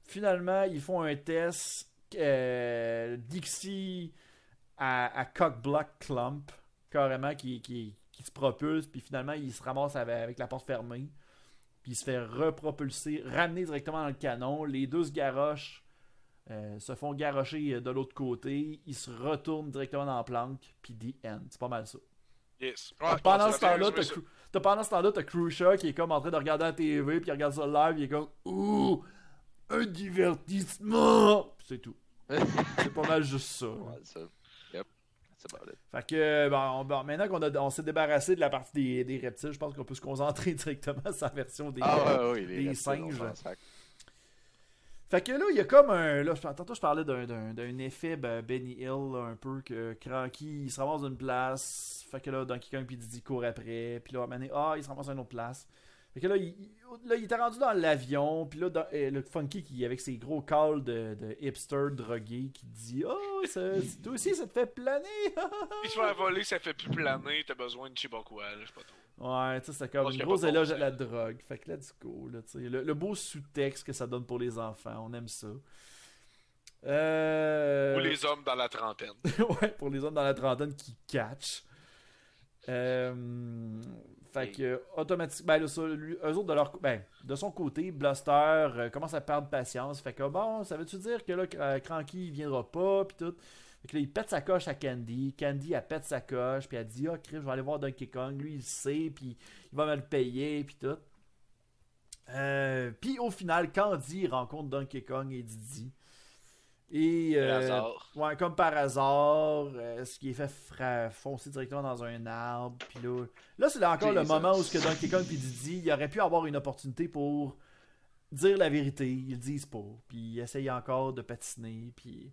S1: Finalement, ils font un test. euh, Dixie à, à cockblock Clump, carrément, qui, qui, qui se propulse, puis finalement, il se ramasse avec, avec la porte fermée. Puis il se fait repropulser, ramener directement dans le canon. Les deux se garochent, euh, se font garrocher euh, de l'autre côté. Ils se retournent directement dans la planque, puis the end. C'est pas mal ça.
S3: Yes.
S2: Ouais,
S1: T'as Ah, pendant
S3: je
S1: ce
S3: pense que
S1: temps-là,
S3: c'est
S1: t'as
S3: ça.
S1: Cru- t'as pendant ce temps-là, t'as Crucia qui est comme en train de regarder la TV, puis il regarde ça live, il est comme Ouh, un divertissement! Puis c'est tout. C'est pas mal juste ça.
S2: Ouais, ça. Yep. That's about it.
S1: Fait que, ben, on- ben, maintenant qu'on a- on s'est débarrassé de la partie des, des reptiles, je pense qu'on peut se concentrer directement sur la version des.
S2: Ah ouais, ouais, les
S1: des
S2: reptiles, on
S1: singes.
S2: s'en sac.
S1: Fait que là, il y a comme un. Là, je- tantôt, je parlais d'un- d'un d'un effet ben, Benny Hill, là, un peu, que Cranky, il se ramasse d'une place. Fait que là, Donkey Kong puis Diddy court après. Puis là, à un moment donné, ah, il se ramasse à une autre place. Fait que là, il, il- là, il était rendu dans l'avion. Puis là, dans- euh, le Funky, qui, avec ses gros calls de, de hipster drogué, qui dit Oh, ça- toi aussi, ça te fait planer. hein?
S3: Si tu vas voler, ça fait plus planer, t'as besoin de Chibakoua, là, je sais pas trop.
S1: ouais, tu sais, c'est comme
S3: Parce
S1: une
S3: qu'il y a
S1: grosse
S3: pas de
S1: éloge à
S3: bon
S1: la drogue. Fait que là, du coup, là, tu sais, le, le beau sous-texte que ça donne pour les enfants, on aime ça. Euh...
S3: Ou les hommes dans la trentaine.
S1: ouais, pour les hommes dans la trentaine qui catch. Euh, fait que automatiquement, ben, là, ça, lui- eux autres de leur co- ben, de son côté, Blaster euh, commence à perdre patience. Fait que bon, ça veut-tu dire que là, euh, Cranky il viendra pas, puis tout. Fait que là, il pète sa coche à Candy. Candy, elle pète sa coche, puis elle dit Ah, crime, je vais aller voir Donkey Kong. Lui, il le sait, puis il va me le payer, puis tout. Euh, puis au final, Candy rencontre Donkey Kong et Didi. Et.
S3: Par
S1: euh,
S3: hasard.
S1: Ouais, comme par hasard, euh, ce qui est fait fra- foncer directement dans un arbre. Puis là, là c'est là encore le
S2: Jesus.
S1: moment où ce que Donkey Kong et Didi, il aurait pu avoir une opportunité pour dire la vérité. Ils le disent pas. Puis ils essayent encore de patiner. Puis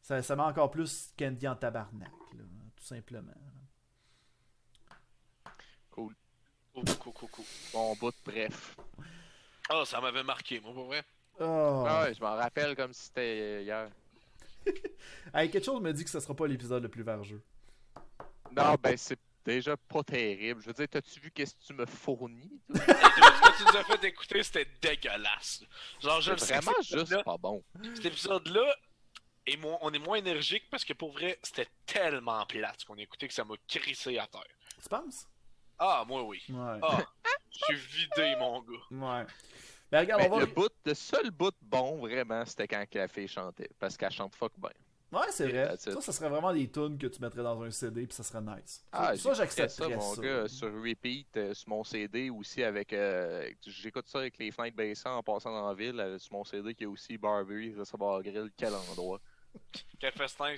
S1: ça, ça met encore plus Candy en tabarnak, là, tout simplement.
S3: Oh, coucou, coucou.
S2: Bon bout, bref.
S3: Ah, ça m'avait marqué, moi, pour vrai.
S1: Oh.
S2: Ah ouais, je m'en rappelle comme si c'était hier.
S1: Hey, quelque chose me dit que ce sera pas l'épisode le plus vergeux.
S2: Non, ben c'est déjà pas terrible. Je veux dire, t'as-tu vu qu'est-ce que tu me fournis? toi?
S3: Ce que tu nous as fait écouter, c'était dégueulasse. Genre,
S2: C'est
S3: je le sais. que
S2: vraiment
S3: cet
S2: juste
S3: épisode-là-
S2: pas bon.
S3: Cet épisode-là, et moi, on est moins énergique parce que pour vrai, c'était tellement plate ce qu'on a écouté que ça m'a crissé à terre.
S1: Tu penses?
S3: Ah, moi, oui.
S1: Ouais.
S3: Ah, je suis vidé, mon gars.
S1: Ouais. Ben regarde,
S2: Mais
S1: on va.
S2: le, bout, le seul bout bon, vraiment, c'était quand la fille chantait. Parce qu'elle chante fuck bien.
S1: Ouais, c'est vrai.
S2: That's it.
S1: Ça, ça serait vraiment des tunes que tu mettrais dans un CD puis ça serait nice.
S2: Ah,
S1: ça,
S2: j'écoutais
S1: j'accepterais
S2: ça, mon gars, sur repeat, euh, sur mon CD aussi avec... euh, J'écoute ça avec les fenêtres baissant en passant dans la ville, euh, sur mon CD qui est aussi Barbie, Restaurant Grill, quel endroit.
S3: Quel festin.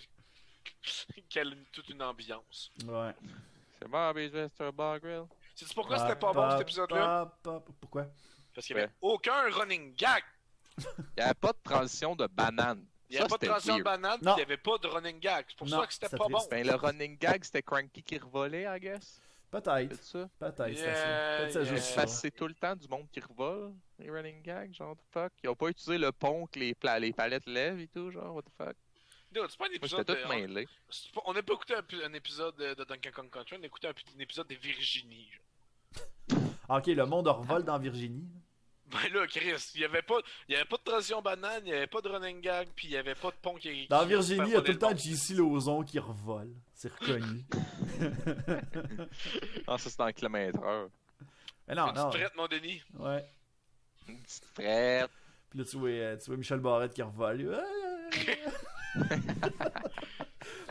S3: Quelle toute une ambiance.
S1: Ouais.
S2: C'est Barbie's Restaurant Grill.
S3: Sais-tu pourquoi c'était pas bon cet épisode-là?
S1: Pop, pop. Pourquoi
S3: Parce qu'il y avait aucun running gag.
S2: Il n'y avait pas de transition de banane.
S3: Il n'y avait
S2: Ça,
S3: pas de
S2: c'était
S3: transition de
S2: weird.
S3: banane, puis
S1: Non.
S3: il n'y avait pas de running gag. C'est pour
S1: Non,
S3: ça que c'était
S1: ça
S3: pas
S1: triste.
S3: bon.
S2: Ben, le running gag, c'était Cranky qui revolait, I guess. C'est
S1: Peut-être.
S2: ça?
S1: Peut-être. c'est
S3: Yeah,
S1: ça. Peut-être c'est
S3: yeah.
S1: juste ça.
S2: Parce que Euh, c'est tout le temps du monde qui revole, les running gags, genre, what the fuck. Ils ont pas utilisé le pont que les, pla- les palettes lèvent et tout, genre, what the fuck.
S3: Dude, C'est pas un
S2: Moi,
S3: épisode.
S2: j'étais tout
S3: de-
S2: mêlé.
S3: c'est pas- On n'a pas écouté un, pu- un épisode de de Donkey Kong Country, on a écouté un, pu- un épisode de Virginie. genre.
S1: Ok, le monde revole dans Virginie.
S3: Ben là, Chris, il y avait pas, il y avait pas de transition banane, il y avait pas de running gag, puis il y avait pas de pont qui.
S1: Dans
S3: qui-
S1: Virginie, il y a tout le temps
S3: monde.
S1: JC Lozon qui revole. C'est reconnu.
S2: Ah, ça, c'est dans le kilomètre heure.
S1: Mais non,
S3: Une
S1: non.
S3: petite frette, mon Denis.
S1: Ouais.
S2: Une petite frette.
S1: Puis là, tu vois, euh, tu vois Michel Barrette qui revole. Euh,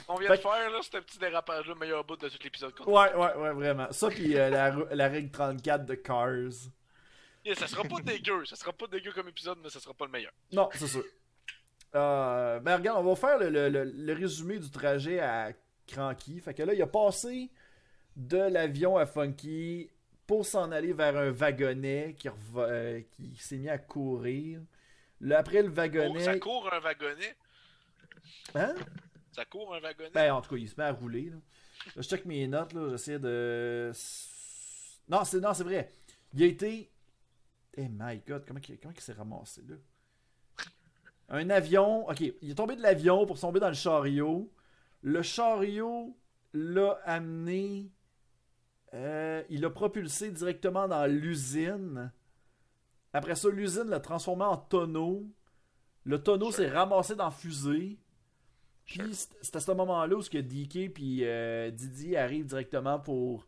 S3: On vient
S1: Fait
S3: de faire là, c'était un petit dérapage le meilleur bout de tout l'épisode. qu'on-
S1: Ouais, ouais, ouais, vraiment. Ça, puis euh, la, rou- la règle 34 de Cars.
S3: Yeah, ça sera pas dégueu, ça sera pas dégueu comme épisode, mais ça sera pas le meilleur.
S1: Non, c'est sûr. Euh, ben, regarde, on va faire le, le- le- le résumé du trajet à Cranky. Fait que là, il a passé de l'avion à Funky pour s'en aller vers un wagonnet qui, reva- euh, qui s'est mis à courir. Là, après le
S3: Oh, ça
S1: wagonnet.
S3: court un wagonnet,
S1: Hein?
S3: ça court un wagonnet.
S1: Ben, en tout cas, il se met à rouler. Là. Je check mes notes, là. J'essaie de. Non, c'est non, c'est vrai. Il a été. Eh my god, comment, il- comment il s'est ramassé, là? Un avion. Ok, il est tombé de l'avion pour tomber dans le chariot. Le chariot l'a amené. euh, il l'a propulsé directement dans l'usine. Après ça, l'usine l'a transformé en tonneau. Le tonneau s'est ramassé dans la fusée. Puis c'est- c'est à ce moment-là où ce que DK puis euh, Didi arrivent directement pour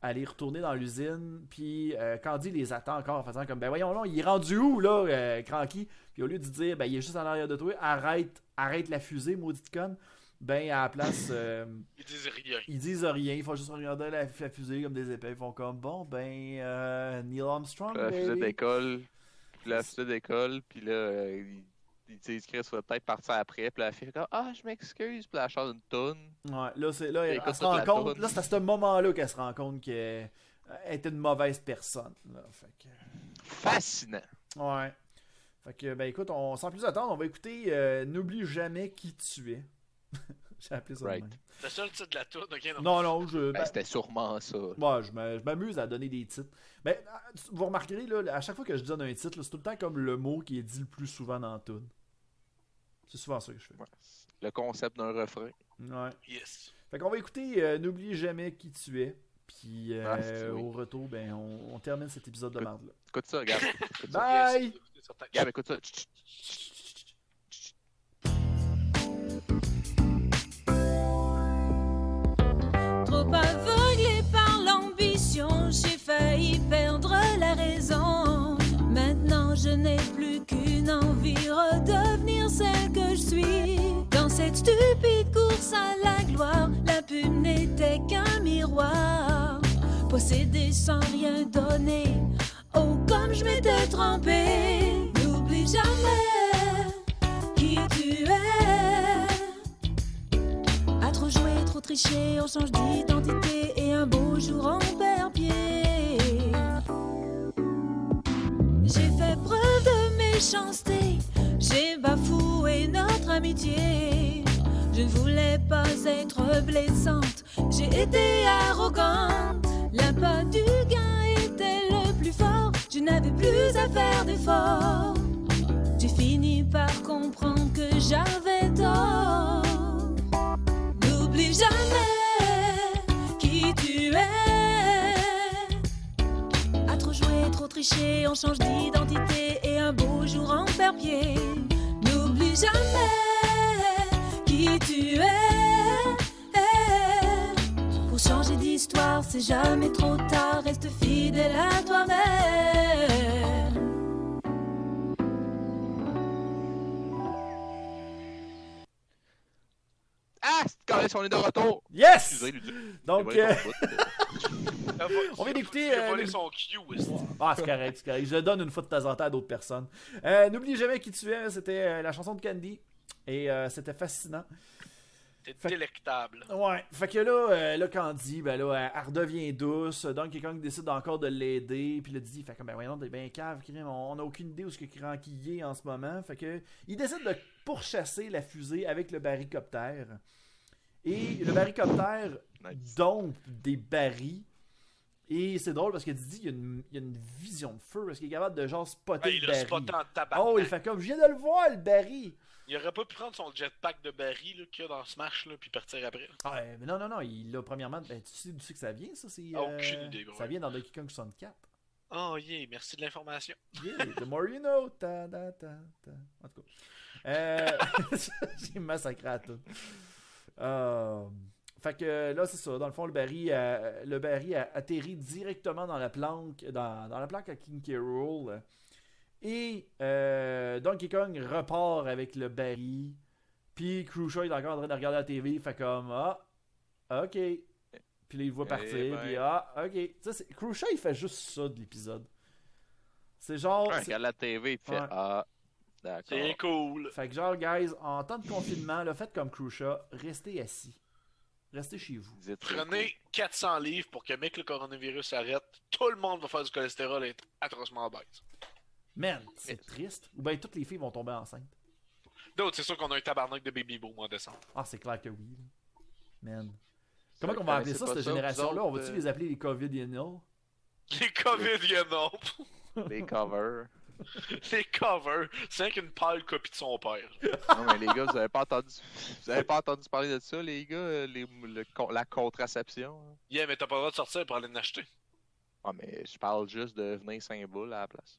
S1: aller retourner dans l'usine. Puis euh, Candy les attend encore en faisant comme ben voyons là, il est rendu où là, euh, Cranky Puis au lieu de dire ben il est juste en arrière de toi, arrête, arrête la fusée, maudite conne. Ben à la place, euh,
S3: Ils disent rien.
S1: ils disent rien, ils font juste regarder la, la fusée comme des épées. Ils font comme bon ben euh, Neil Armstrong.
S2: La fusée
S1: baby.
S2: d'école. Puis la fusée d'école. Puis là, euh, il, il, tu sais, il se crée sur la tête partir après. Puis là, la fille fait comme, Ah, je m'excuse. Puis là, elle chante une tonne.
S1: Ouais, là, c'est, là, elle,
S2: Écoute
S1: se
S2: toute
S1: rend
S2: la
S1: compte,
S2: toune.
S1: là, c'est à ce moment-là qu'elle se rend compte qu'elle elle était une mauvaise personne. là. Fait que-
S2: Fascinant.
S1: Ouais. Fait que, ben écoute, on, sans plus attendre, on va écouter euh, N'oublie jamais qui tu es. J'ai appelé ça de
S2: Right.
S1: même.
S3: C'est le seul titre de la tour, ok?
S1: Non,
S3: Non.
S1: non, je.
S2: Ben,
S1: ben,
S2: c'était sûrement ça.
S1: ouais, je m'a- je m'amuse à donner des titres. Mais ah, tu- vous remarquerez, là, à chaque fois que je donne un titre, là, c'est tout le temps comme le mot qui est dit le plus souvent dans la toune. C'est souvent ça que je fais.
S2: Ouais. Le concept d'un refrain.
S1: Ouais.
S3: Yes.
S1: Fait qu'on va écouter euh, N'oublie jamais qui tu es. Puis euh,
S2: Ah, c'est oui.
S1: au retour, ben on, on termine cet épisode de
S2: Écoute-
S1: merde là.
S2: Écoute ça, regarde. Écoute ça.
S1: Bye!
S3: Yes. C'est certain.
S2: Regarde, écoute ça. Chut, chut.
S4: Trop aveuglé par l'ambition, j'ai failli perdre la raison. Maintenant, je n'ai plus qu'une envie, redevenir celle que je suis. Dans cette stupide course à la gloire, la pub n'était qu'un miroir. Posséder sans rien donner, oh comme je m'étais trompée. N'oublie jamais qui tu es. À trop jouer, trop tricher, on change d'identité et un beau jour on perd pied. J'ai fait preuve de méchanceté, j'ai bafoué notre amitié. Je ne voulais pas être blessante, j'ai été arrogante. L'impact du gain était le plus fort, je n'avais plus à faire d'efforts. J'ai fini par comprendre que j'avais tort. N'oublie jamais qui tu es. À trop jouer, trop tricher, on change d'identité et un beau jour on perd pied. N'oublie jamais qui tu es. Pour changer d'histoire, c'est jamais trop tard, reste fidèle à toi-même.
S2: Ah, c'est quand même si on est de retour.
S1: Yes!
S2: Excusez, Ludo.
S1: Donc,
S2: J'ai volé
S1: euh,
S2: ton bout.
S3: Ah, va-
S1: On vient
S3: tu-
S1: d'écouter,
S3: tu as
S1: euh,
S3: volé
S1: le-
S3: son cue, est-ce que-
S1: Ah, c'est correct, c'est correct. Je le donne une fois de temps en temps à d'autres personnes. Euh, N'oublie jamais qui tu es, c'était euh, la chanson de Candy. Et euh, c'était fascinant.
S3: T'es délectable.
S1: Ouais, fait que là, euh, là Candy, ben là, elle, elle redevient douce. Donkey Kong décide encore de l'aider. Puis le Didi fait comme, ben voyons, t'es bien cave, crime. On n'a aucune idée où ce que Cranky est en ce moment. Fait que, il décide de pourchasser la fusée avec le barricoptère. Et le barricoptère
S2: Nice.
S1: donc des barils. Et c'est drôle parce que Didi, il y a une, il y a une vision de feu parce qu'il est capable de genre spotter
S3: Ah, il
S1: le
S3: a
S1: baril.
S3: spoté en tabac.
S1: oh, il fait comme je viens de le voir, le baril.
S3: Il aurait pas pu prendre son jetpack de Barry là, qu'il y a dans Smash là, puis partir après.
S1: Ah, euh, mais non, non, non, il l'a premièrement. ben, tu sais d'où c'est que ça vient, ça c'est,
S3: Ah, aucune idée,
S1: Ça
S3: ouais.
S1: vient dans Donkey Kong 64.
S3: Oh yeah, merci de l'information.
S1: Yeah, the more you know. Ta, ta, ta, ta. En tout cas. Euh, J'ai massacré à tout. Euh, Fait que là, c'est ça. Dans le fond, le baril, euh, le baril a atterri directement dans la planque, dans, dans la planque à King K. Rool. Et euh, Donkey Kong repart avec le baril. Puis Crucial est encore en train de regarder la TV. Fait comme Ah, ok. Puis là, il voit
S2: Eh
S1: partir.
S2: ben.
S1: Puis ah, ok. Tu sais, c'est- Crucial, il fait juste ça de l'épisode. C'est genre.
S2: Ouais,
S1: c'est-
S2: regarde la TV, tu fais
S1: Ouais.
S2: Ah, d'accord.
S3: Oh, C'est cool.
S1: Fait que genre, guys, en temps de confinement, le faites comme Crucia, restez assis. Restez chez vous.
S2: Vous êtes
S3: Prenez 400 livres pour que, mec, le coronavirus arrête. Tout le monde va faire du cholestérol et être atrocement obèse.
S1: Man, c'est triste. Ou bien toutes les filles vont tomber enceintes.
S3: D'autres, c'est sûr qu'on a un tabarnak de baby boom en décembre.
S1: Ah, c'est clair que oui. là. Man.
S2: cool.
S1: Comment qu'on va appeler ça,
S2: Connaissez
S1: cette
S2: pas vous
S1: génération-là? On
S2: autres,
S1: va-tu
S2: euh,
S1: les appeler les COVID Yennel?
S3: Les COVID, you know.
S2: euh, Les covers.
S3: Les covers. C'est rien qu'une pâle copie de son père.
S2: Non, mais les gars, vous avez pas entendu, vous avez pas entendu parler de ça, les gars, euh, les- le con- la contraception. hein?
S3: Yeah, mais t'as pas le droit de sortir pour aller en acheter.
S2: Ah, mais je parle juste de venir saint boule à la place.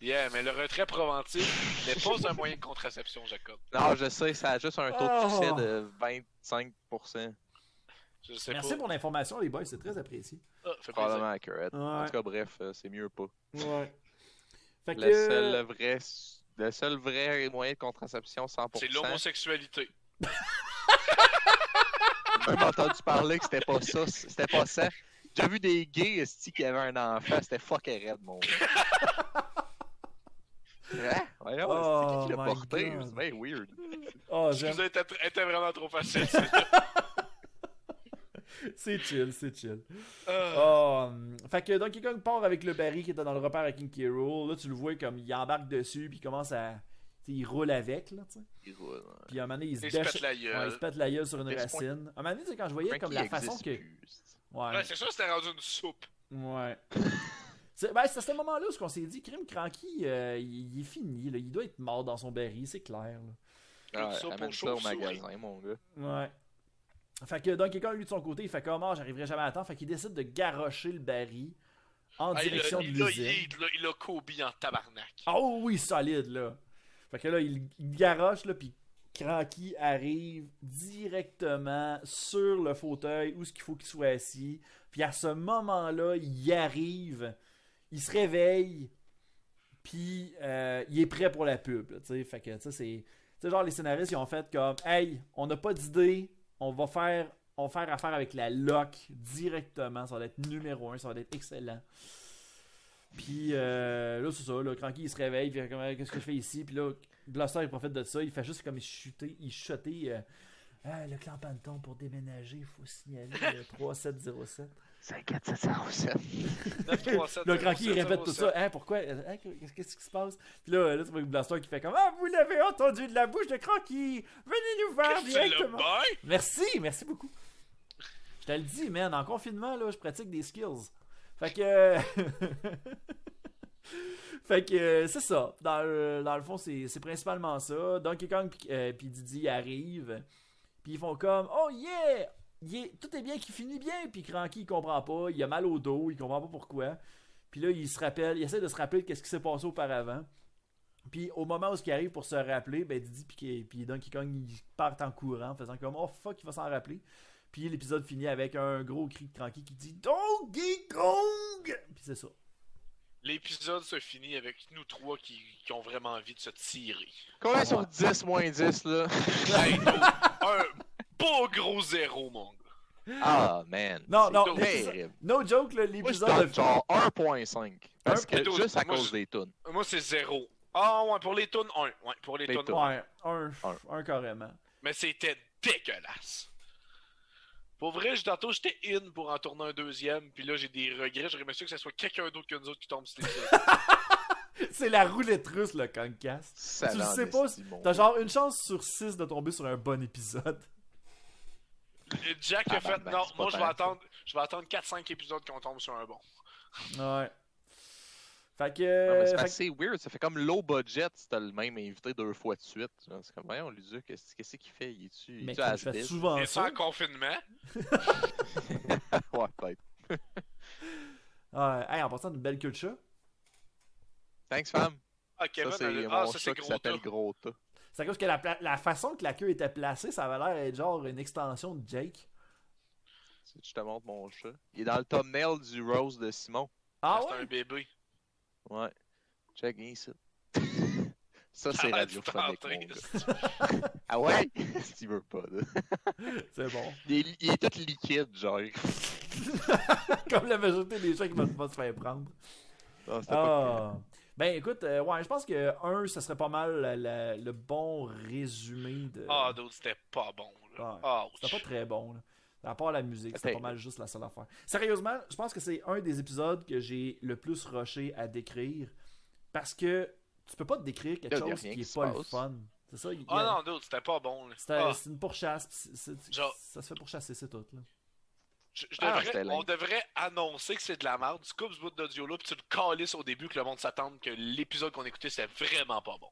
S3: Yeah, mais le retrait préventif n'est pas un moyen de contraception, Jacob.
S2: Non, je sais, ça a juste un taux de
S1: Oh.
S2: succès de 25%.
S3: Je sais
S1: Merci
S3: pas.
S1: pour l'information, les boys, c'est très apprécié.
S3: Ah, fait plaisir.
S2: Probablement accurate. En
S1: Ouais.
S2: tout cas, bref, euh, c'est mieux pas.
S1: Ouais. Fait que.
S2: Le seul le vrai, le seul vrai moyen de contraception 100%.
S3: C'est l'homosexualité.
S2: J'ai même entendu parler que c'était pas ça, c'était pas ça. J'ai déjà vu des gays esti, qui avaient un enfant, c'était fucking raide, mon gars. Hein? Voyons,
S1: Oh
S2: c'est qui qui l'a
S1: my
S2: porté?
S1: God.
S2: C'est bien weird.
S1: Oh,
S3: Je
S1: j'aime.
S3: vous ai été- était vraiment trop facile. c'est-
S1: C'est chill, c'est chill.
S3: Ah.
S1: Ah, hum, fait que Donkey Kong part avec le Barry qui était dans le repère à King K. Rool. Là, tu le vois comme il embarque dessus, puis il commence à. tu sais, il roule avec, là, tu sais.
S2: Il roule, ouais.
S1: Puis à un moment donné, il se
S3: Il se
S1: dèche-
S3: pète la
S1: ouais, il se
S3: gueule.
S1: pète la gueule sur une
S2: Mais c'est
S1: racine. À un moment donné, tu sais, quand je voyais
S2: Frank,
S1: comme
S2: il
S1: la façon
S2: existe
S1: que.
S2: plus, esti.
S1: Ouais.
S3: Ouais, c'est sûr que c'était rendu une soupe.
S1: Ouais. C'est ben, c'est à ce moment-là où on s'est dit, Crime Cranky, euh, il, il est fini, là. il doit être mort dans son Barry, c'est clair. là.
S3: Comme
S2: Ouais,
S3: ça, pour
S2: amène ça au
S3: chauve-souris.
S2: magasin, mon gars.
S1: Ouais. Fait que Donkey Kong, lui, de son côté, il fait comme, ah, j'arriverai jamais à temps. Fait qu'il décide de garrocher le Barry en
S3: Ah, il
S1: direction
S3: a,
S1: de
S3: il a
S1: l'usine.
S3: yeet, là, il a Kobe en tabarnak.
S1: Ah oh oui, solide, là. Fait que là, il, il garoche, là, puis Cranky arrive directement sur le fauteuil où ce qu'il faut qu'il soit assis. Puis à ce moment-là, il arrive, il se réveille, puis euh, il est prêt pour la pub, là, tu sais. Fait que, tu sais, c'est... Tu sais, genre, les scénaristes, ils ont fait comme, « Hey, on n'a pas d'idée, on va faire... On va faire affaire avec la loc directement. Ça va être numéro un, ça va être excellent. Puis euh, là, c'est ça. Là, Cranky, il se réveille. Puis il fait comme, euh, qu'est-ce que je fais ici? Puis là, Blaster, il profite de ça. Il fait juste comme il chutait. Il chutait euh, Ah, le clan Panton pour déménager. Il faut signaler le 3707.
S2: 5707.
S3: 937,
S1: Là, Cranky, il répète tout ça. Hein, pourquoi? Hein, qu'est-ce qu'est-ce qui se passe? Puis là, là, tu vois Blaster qui fait comme Ah, vous l'avez entendu de la bouche de Cranky. Venez nous voir
S3: Qu'est-ce que c'est le
S1: directement.
S3: bain?
S1: Merci, merci beaucoup. Je te le dis, man, en confinement, là, je pratique des skills. Fait que. euh, fait que euh, c'est ça. Dans le, dans le fond, c'est c'est principalement ça. Donkey Kong puis euh, puis Didi arrivent. Puis ils font comme Oh yeah! Il est- tout est bien qui finit bien. Puis Cranky, il comprend pas. Il a mal au dos. Il comprend pas pourquoi. Puis là, il se rappelle. Il essaie de se rappeler de qu'est-ce qui s'est passé auparavant. Puis au moment où ce qui arrive pour se rappeler, ben Didi puis puis Donkey Kong ils partent en courant, en faisant comme oh fuck, il va s'en rappeler. Puis l'épisode finit avec un gros cri de Cranky qui dit Donkey Kong. Puis c'est ça.
S3: L'épisode se finit avec nous trois qui, qui ont vraiment envie de se tirer.
S2: Combien sont 10 moins 10, là?
S3: Hey, nous, un beau gros zéro, mon gars.
S2: Ah, man.
S1: Non, non,
S2: c'est
S1: l'épisode-
S2: terrible.
S1: No joke, là,
S2: Moi, je
S1: l'épisode
S2: donne
S1: de...
S2: genre 1.5. Parce que
S3: Moi,
S2: juste à
S3: je- moi,
S2: cause
S3: je-
S2: des tunes.
S3: Moi, c'est zéro. Ah, ouais, pour les tunes, un. Ouais, pour les,
S2: Les
S3: tunes,
S2: tunes.
S3: un.
S1: Ouais, un,
S2: Un.
S1: un carrément.
S3: Mais c'était dégueulasse. Pour vrai, je- tantôt, j'étais in pour en tourner un deuxième, puis là, j'ai des regrets. J'aurais aimé ça que ce soit quelqu'un d'autre que nous autres qui tombe sur l'épisode.
S1: C'est la roulette russe, le Concast.
S2: Ça
S1: Tu le
S2: l'en
S1: sais pas,
S2: esti, mon
S1: T'as
S2: gars.
S1: genre une chance sur six de tomber sur un bon épisode.
S3: Le Jack a
S2: Ah,
S3: fait
S2: ben, ben,
S3: non,
S2: c'est pas
S3: moi je vais
S2: tant,
S3: attendre, je vais attendre 4-5 épisodes qu'on tombe sur un bon.
S1: Ouais. Fait que...
S2: Non, Ah, mais c'est
S1: fait
S2: parce que c'est weird, ça Euh, fait comme low budget si t'as le même invité deux fois de suite. Genre, C'est comme, voyons, Luduc, qu'est-ce qu'est-ce qu'il fait? Il est-tu il
S1: mais
S2: est-tu
S1: Chris, je
S2: has-been?
S1: fais souvent
S3: Et
S1: ça.
S3: sans confinement,
S2: Ouais, peut-être.
S1: Ah, hey, en passant d'une belle queue de chat.
S2: Thanks, femme.
S3: Ah, Kevin,
S2: ça, c'est
S3: elle-
S2: mon
S3: ah, ça,
S2: chat
S3: c'est
S2: qui
S3: gros.
S2: s'appelle
S3: tas.
S2: Gros tas.
S1: C'est à cause que la, pla- la façon que la queue était placée, ça avait l'air d'être genre une extension de Jake.
S2: Si je te montre mon chat. Il est dans le thumbnail du Rose de Simon.
S1: Ah
S3: C'est un
S1: ouais?
S3: bébé.
S2: Ouais. Check in ça. ça,
S3: Ça
S2: c'est
S3: a l'air
S2: radiophonique,
S3: du
S2: mon gars. ah ouais? si tu veux pas, là.
S1: C'est bon.
S2: Il est, li- il est tout liquide, genre. Ah,
S1: Comme la majorité des chats qui vont pas se faire prendre.
S2: c'était pas
S1: Ah. Ben écoute, euh, ouais, je pense que un, ça serait pas mal la- la- le bon résumé de.
S3: Ah, d'autres, c'était pas bon.
S1: Ouais.
S3: Là. Ah,
S1: C'était pas très bon. Là. À part la musique, c'était
S2: Attends.
S1: pas mal juste la seule affaire. Sérieusement, je pense que c'est un des épisodes que j'ai le plus rushé à décrire. Parce que tu peux pas te décrire quelque
S2: Là, il y a
S1: chose qui
S2: rien
S1: est
S2: qui se
S1: pas le
S2: passe.
S1: fun. C'est ça? il y
S3: Ah
S1: a-
S3: non, d'autres, c'était pas bon. là.
S1: C'est
S3: Ah,
S1: c'est une pourchasse. pis c'est- c'est-
S3: Genre-
S1: Ça se fait pourchasser, c'est tout. Là.
S3: je- je
S2: Ah,
S3: devrais-
S2: c'était lame.
S3: on devrait annoncer que c'est de la merde. Tu coupes ce bout d'audio-là, puis tu le calisses au début que le monde s'attende que l'épisode qu'on écoutait, c'était vraiment pas bon.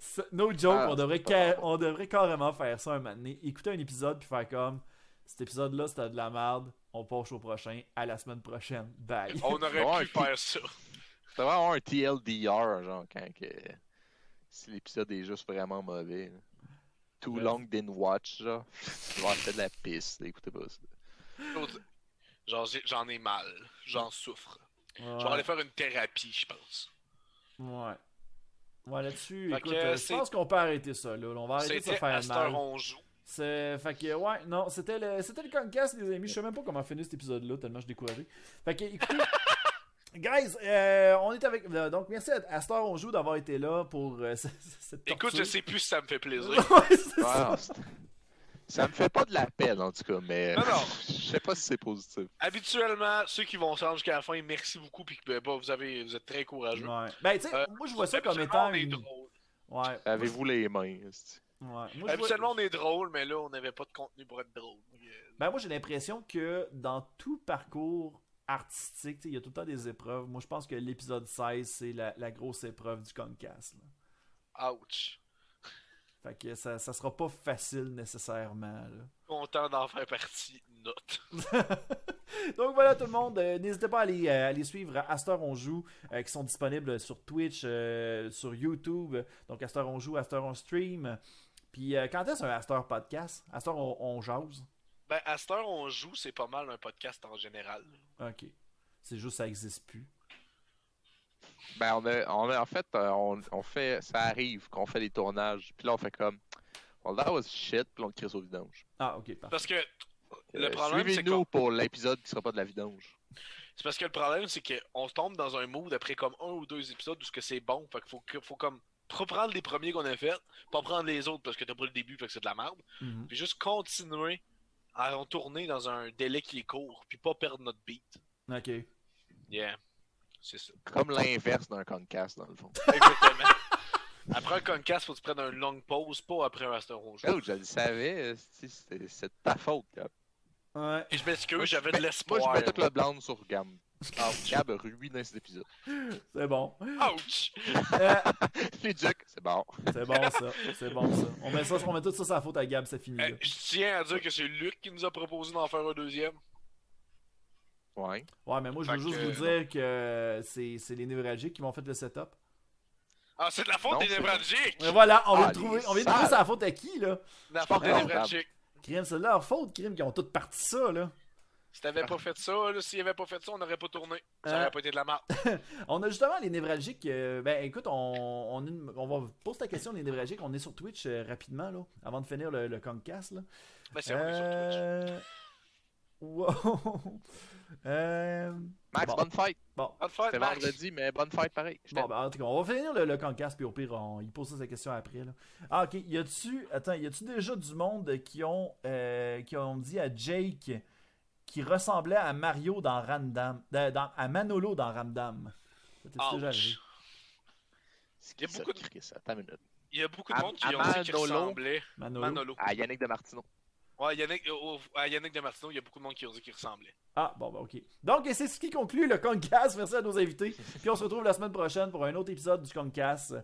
S1: C'est- No joke,
S2: Ah,
S1: on,
S2: c'est
S1: devrait
S2: pas
S1: ca-
S2: grave.
S1: on devrait carrément faire ça un moment donné. Écouter un épisode puis faire comme cet épisode-là, c'était de la merde. On poche au prochain. À la semaine prochaine. Bye.
S3: On aurait
S2: Ouais,
S3: pu
S2: puis-
S3: faire ça.
S2: Ça va avoir un TLDR, genre, quand que... Si l'épisode est juste vraiment mauvais. là. Too
S1: Ouais.
S2: long didn't watch, genre. Tu vas acheter de la piste, écoutez pas ça.
S3: D'autres, Genre, j'ai- j'en ai mal. J'en souffre.
S1: Ouais.
S3: Je vais aller faire une thérapie, je pense.
S1: Ouais. Ouais, là-dessus,
S3: Fait
S1: écoute,
S3: que
S1: euh, je
S3: c'est-
S1: pense qu'on peut arrêter ça, là. On va arrêter de se
S3: C'était à
S1: faire
S3: cette heure,
S1: mal.
S3: on joue.
S1: C'est... Fait que, ouais, non, c'était le, c'était le Concast, les amis. Je sais même pas comment finir cet épisode-là, tellement je suis découragé. Fait que, écoutez... Guys, euh, on est avec. euh, Donc, merci à Astor On Joue d'avoir été là pour euh, ce- ce- cette
S3: Écoute, je sais plus si ça me fait plaisir.
S1: Ouais, c'est
S2: Ouais,
S1: ça.
S2: non, c'est- ça me fait pas de la peine, en tout cas, mais.
S3: Non, non.
S2: Je sais pas si c'est positif.
S3: Habituellement, ceux qui vont s'en jusqu'à la fin, merci beaucoup. Puis que, ben, bah, vous, avez, vous êtes très courageux.
S1: Ouais. Ben, tu sais,
S3: Euh,
S1: moi, je vois ça comme
S3: Habituellement,
S1: étant.
S3: on est
S1: une-
S3: drôle.
S1: Ouais.
S2: Avez-vous les mains? esti?
S1: Ouais. Moi, je vois-
S3: Habituellement, on est drôle, mais là, on n'avait pas de contenu pour être drôle.
S1: Ben moi j'ai l'impression que dans tout parcours artistique, tu sais, il y a tout le temps des épreuves. Moi je pense que l'épisode 16 c'est la, la grosse épreuve du Concast. là.
S3: Ouch.
S1: Fait que ça, ça sera pas facile nécessairement. là.
S3: Content d'en faire partie. Note.
S1: Donc voilà tout le monde, euh, n'hésitez pas à les, euh, à les suivre à Astor On Joue, euh, qui sont disponibles sur Twitch, euh, sur YouTube, donc Astor On Joue, Astor On Stream. Puis euh, quand est-ce un Astor Podcast? Astor On, on Jase?
S3: Ben, à cette heure, on joue, c'est pas mal un podcast en général.
S1: Ok. C'est juste ça existe plus.
S2: Ben, on a, on a- en fait, euh, on, on fait, ça arrive qu'on fait des tournages, puis là, on fait comme, well, that was shit, puis on le crée au vidange.
S1: Ah ok, parfait.
S3: Parce que le
S2: Euh,
S3: problème, c'est qu'on-
S2: Suivez-nous pour l'épisode qui sera pas de la vidange.
S3: C'est parce que le problème, c'est qu'on se tombe dans un mood après comme un ou deux épisodes où ce que c'est bon. Fait qu'il faut, que- faut comme pas prendre les premiers qu'on a fait, pas prendre les autres parce que t'as pas le début, fait que c'est de la merde.
S1: Mhm.
S3: Puis juste continuer à en tourner dans un délai qui est court, puis pas perdre notre beat.
S1: Ok.
S3: Yeah. C'est ça.
S2: Comme l'inverse d'un concast, dans le fond.
S3: Exactement. après un concast, faut que tu prennes un long pause, pas après un Master Rouge.
S2: Oh, je le savais, esti, c'est c'est de ta faute, Gab.
S1: Ouais.
S3: Et je m'excuse,
S2: je
S3: j'avais de
S2: mets-
S3: l'espoir.
S2: Moi, je mets toute la blâme sur Gab. Ah, Gab a ruiné cet épisode.
S1: C'est bon.
S3: Ouch!
S1: Euh,
S2: Les Jack, c'est bon.
S1: C'est bon ça, c'est bon ça. On met, ça, on met tout ça sur la faute à Gab, c'est fini. là.
S3: Euh, je tiens à dire que c'est Luc qui nous a proposé d'en faire un deuxième.
S2: Ouais.
S1: Ouais, mais moi je veux
S3: Fait
S1: juste
S3: que- euh,
S1: vous dire que c'est c'est les névralgiques qui m'ont fait le setup.
S3: Ah, c'est de la faute
S2: Non,
S3: des
S2: c'est-
S3: névralgiques!
S1: Mais voilà, on vient
S2: Ah,
S1: de trouver,
S2: les
S1: on vient de trouver
S2: sales.
S1: sa faute à qui là
S3: De la faute des
S2: Pardon.
S3: névralgiques.
S1: Crime, c'est leur faute, crime, qui ont toutes parti ça là.
S3: Si t'avais pas fait ça, là, s'il avait pas fait ça, on n'aurait pas tourné. Ça
S1: Hein?
S3: aurait pas été de la merde.
S1: On a justement les névralgiques. euh, ben écoute, on, on, est- on va poser la question des névralgiques. On est sur Twitch euh, rapidement là, avant de finir le, le Concast là.
S3: Mais Ben, c'est vrai, sur Twitch.
S1: Euh, Wow. Euh,
S2: Max,
S1: Bon.
S2: bonne fête.
S1: Bon,
S3: Bonne fête,
S2: C'était
S3: Max.
S2: vendredi, mais bonne fête pareil. Je
S1: Bon,
S2: t'aime.
S1: ben, en tout cas, on va finir le, le concast, puis au pire, on, il pose sa question après. Là. Ah, ok. Y a-tu. Attends, y a-tu déjà du monde qui ont, euh, qui ont dit à Jake qui ressemblait à Mario dans Ramdam. dans- dans- à Manolo dans Ramdam Ça t'est-tu déjà
S3: Ouch.
S1: arrivé?
S2: C'est qui
S3: Il y a
S2: ça,
S3: beaucoup de-
S2: Chris? Attends une minute.
S3: Il y a beaucoup de
S2: Am-
S3: monde qui ont dit qu'ils
S2: Amanolo.
S3: ressemblaient
S1: Manolo.
S3: Manolo.
S2: Ah, Yannick de Martino.
S3: Ouais, Yannick, euh, au- à Yannick de Martino, il y a beaucoup de monde qui ont dit qu'ils ressemblaient.
S1: Ah, bon, ben, ok. Donc, c'est ce qui conclut le concast. Merci à nos invités. Puis on se retrouve la semaine prochaine pour un autre épisode du concast.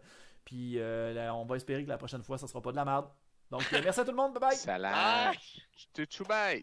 S1: Puis euh, là, on va espérer que la prochaine fois, ça sera pas de la merde. Donc, euh, merci à tout le monde. Bye bye.
S2: Ah! Salam.
S3: Bye.
S2: Je te choubaille.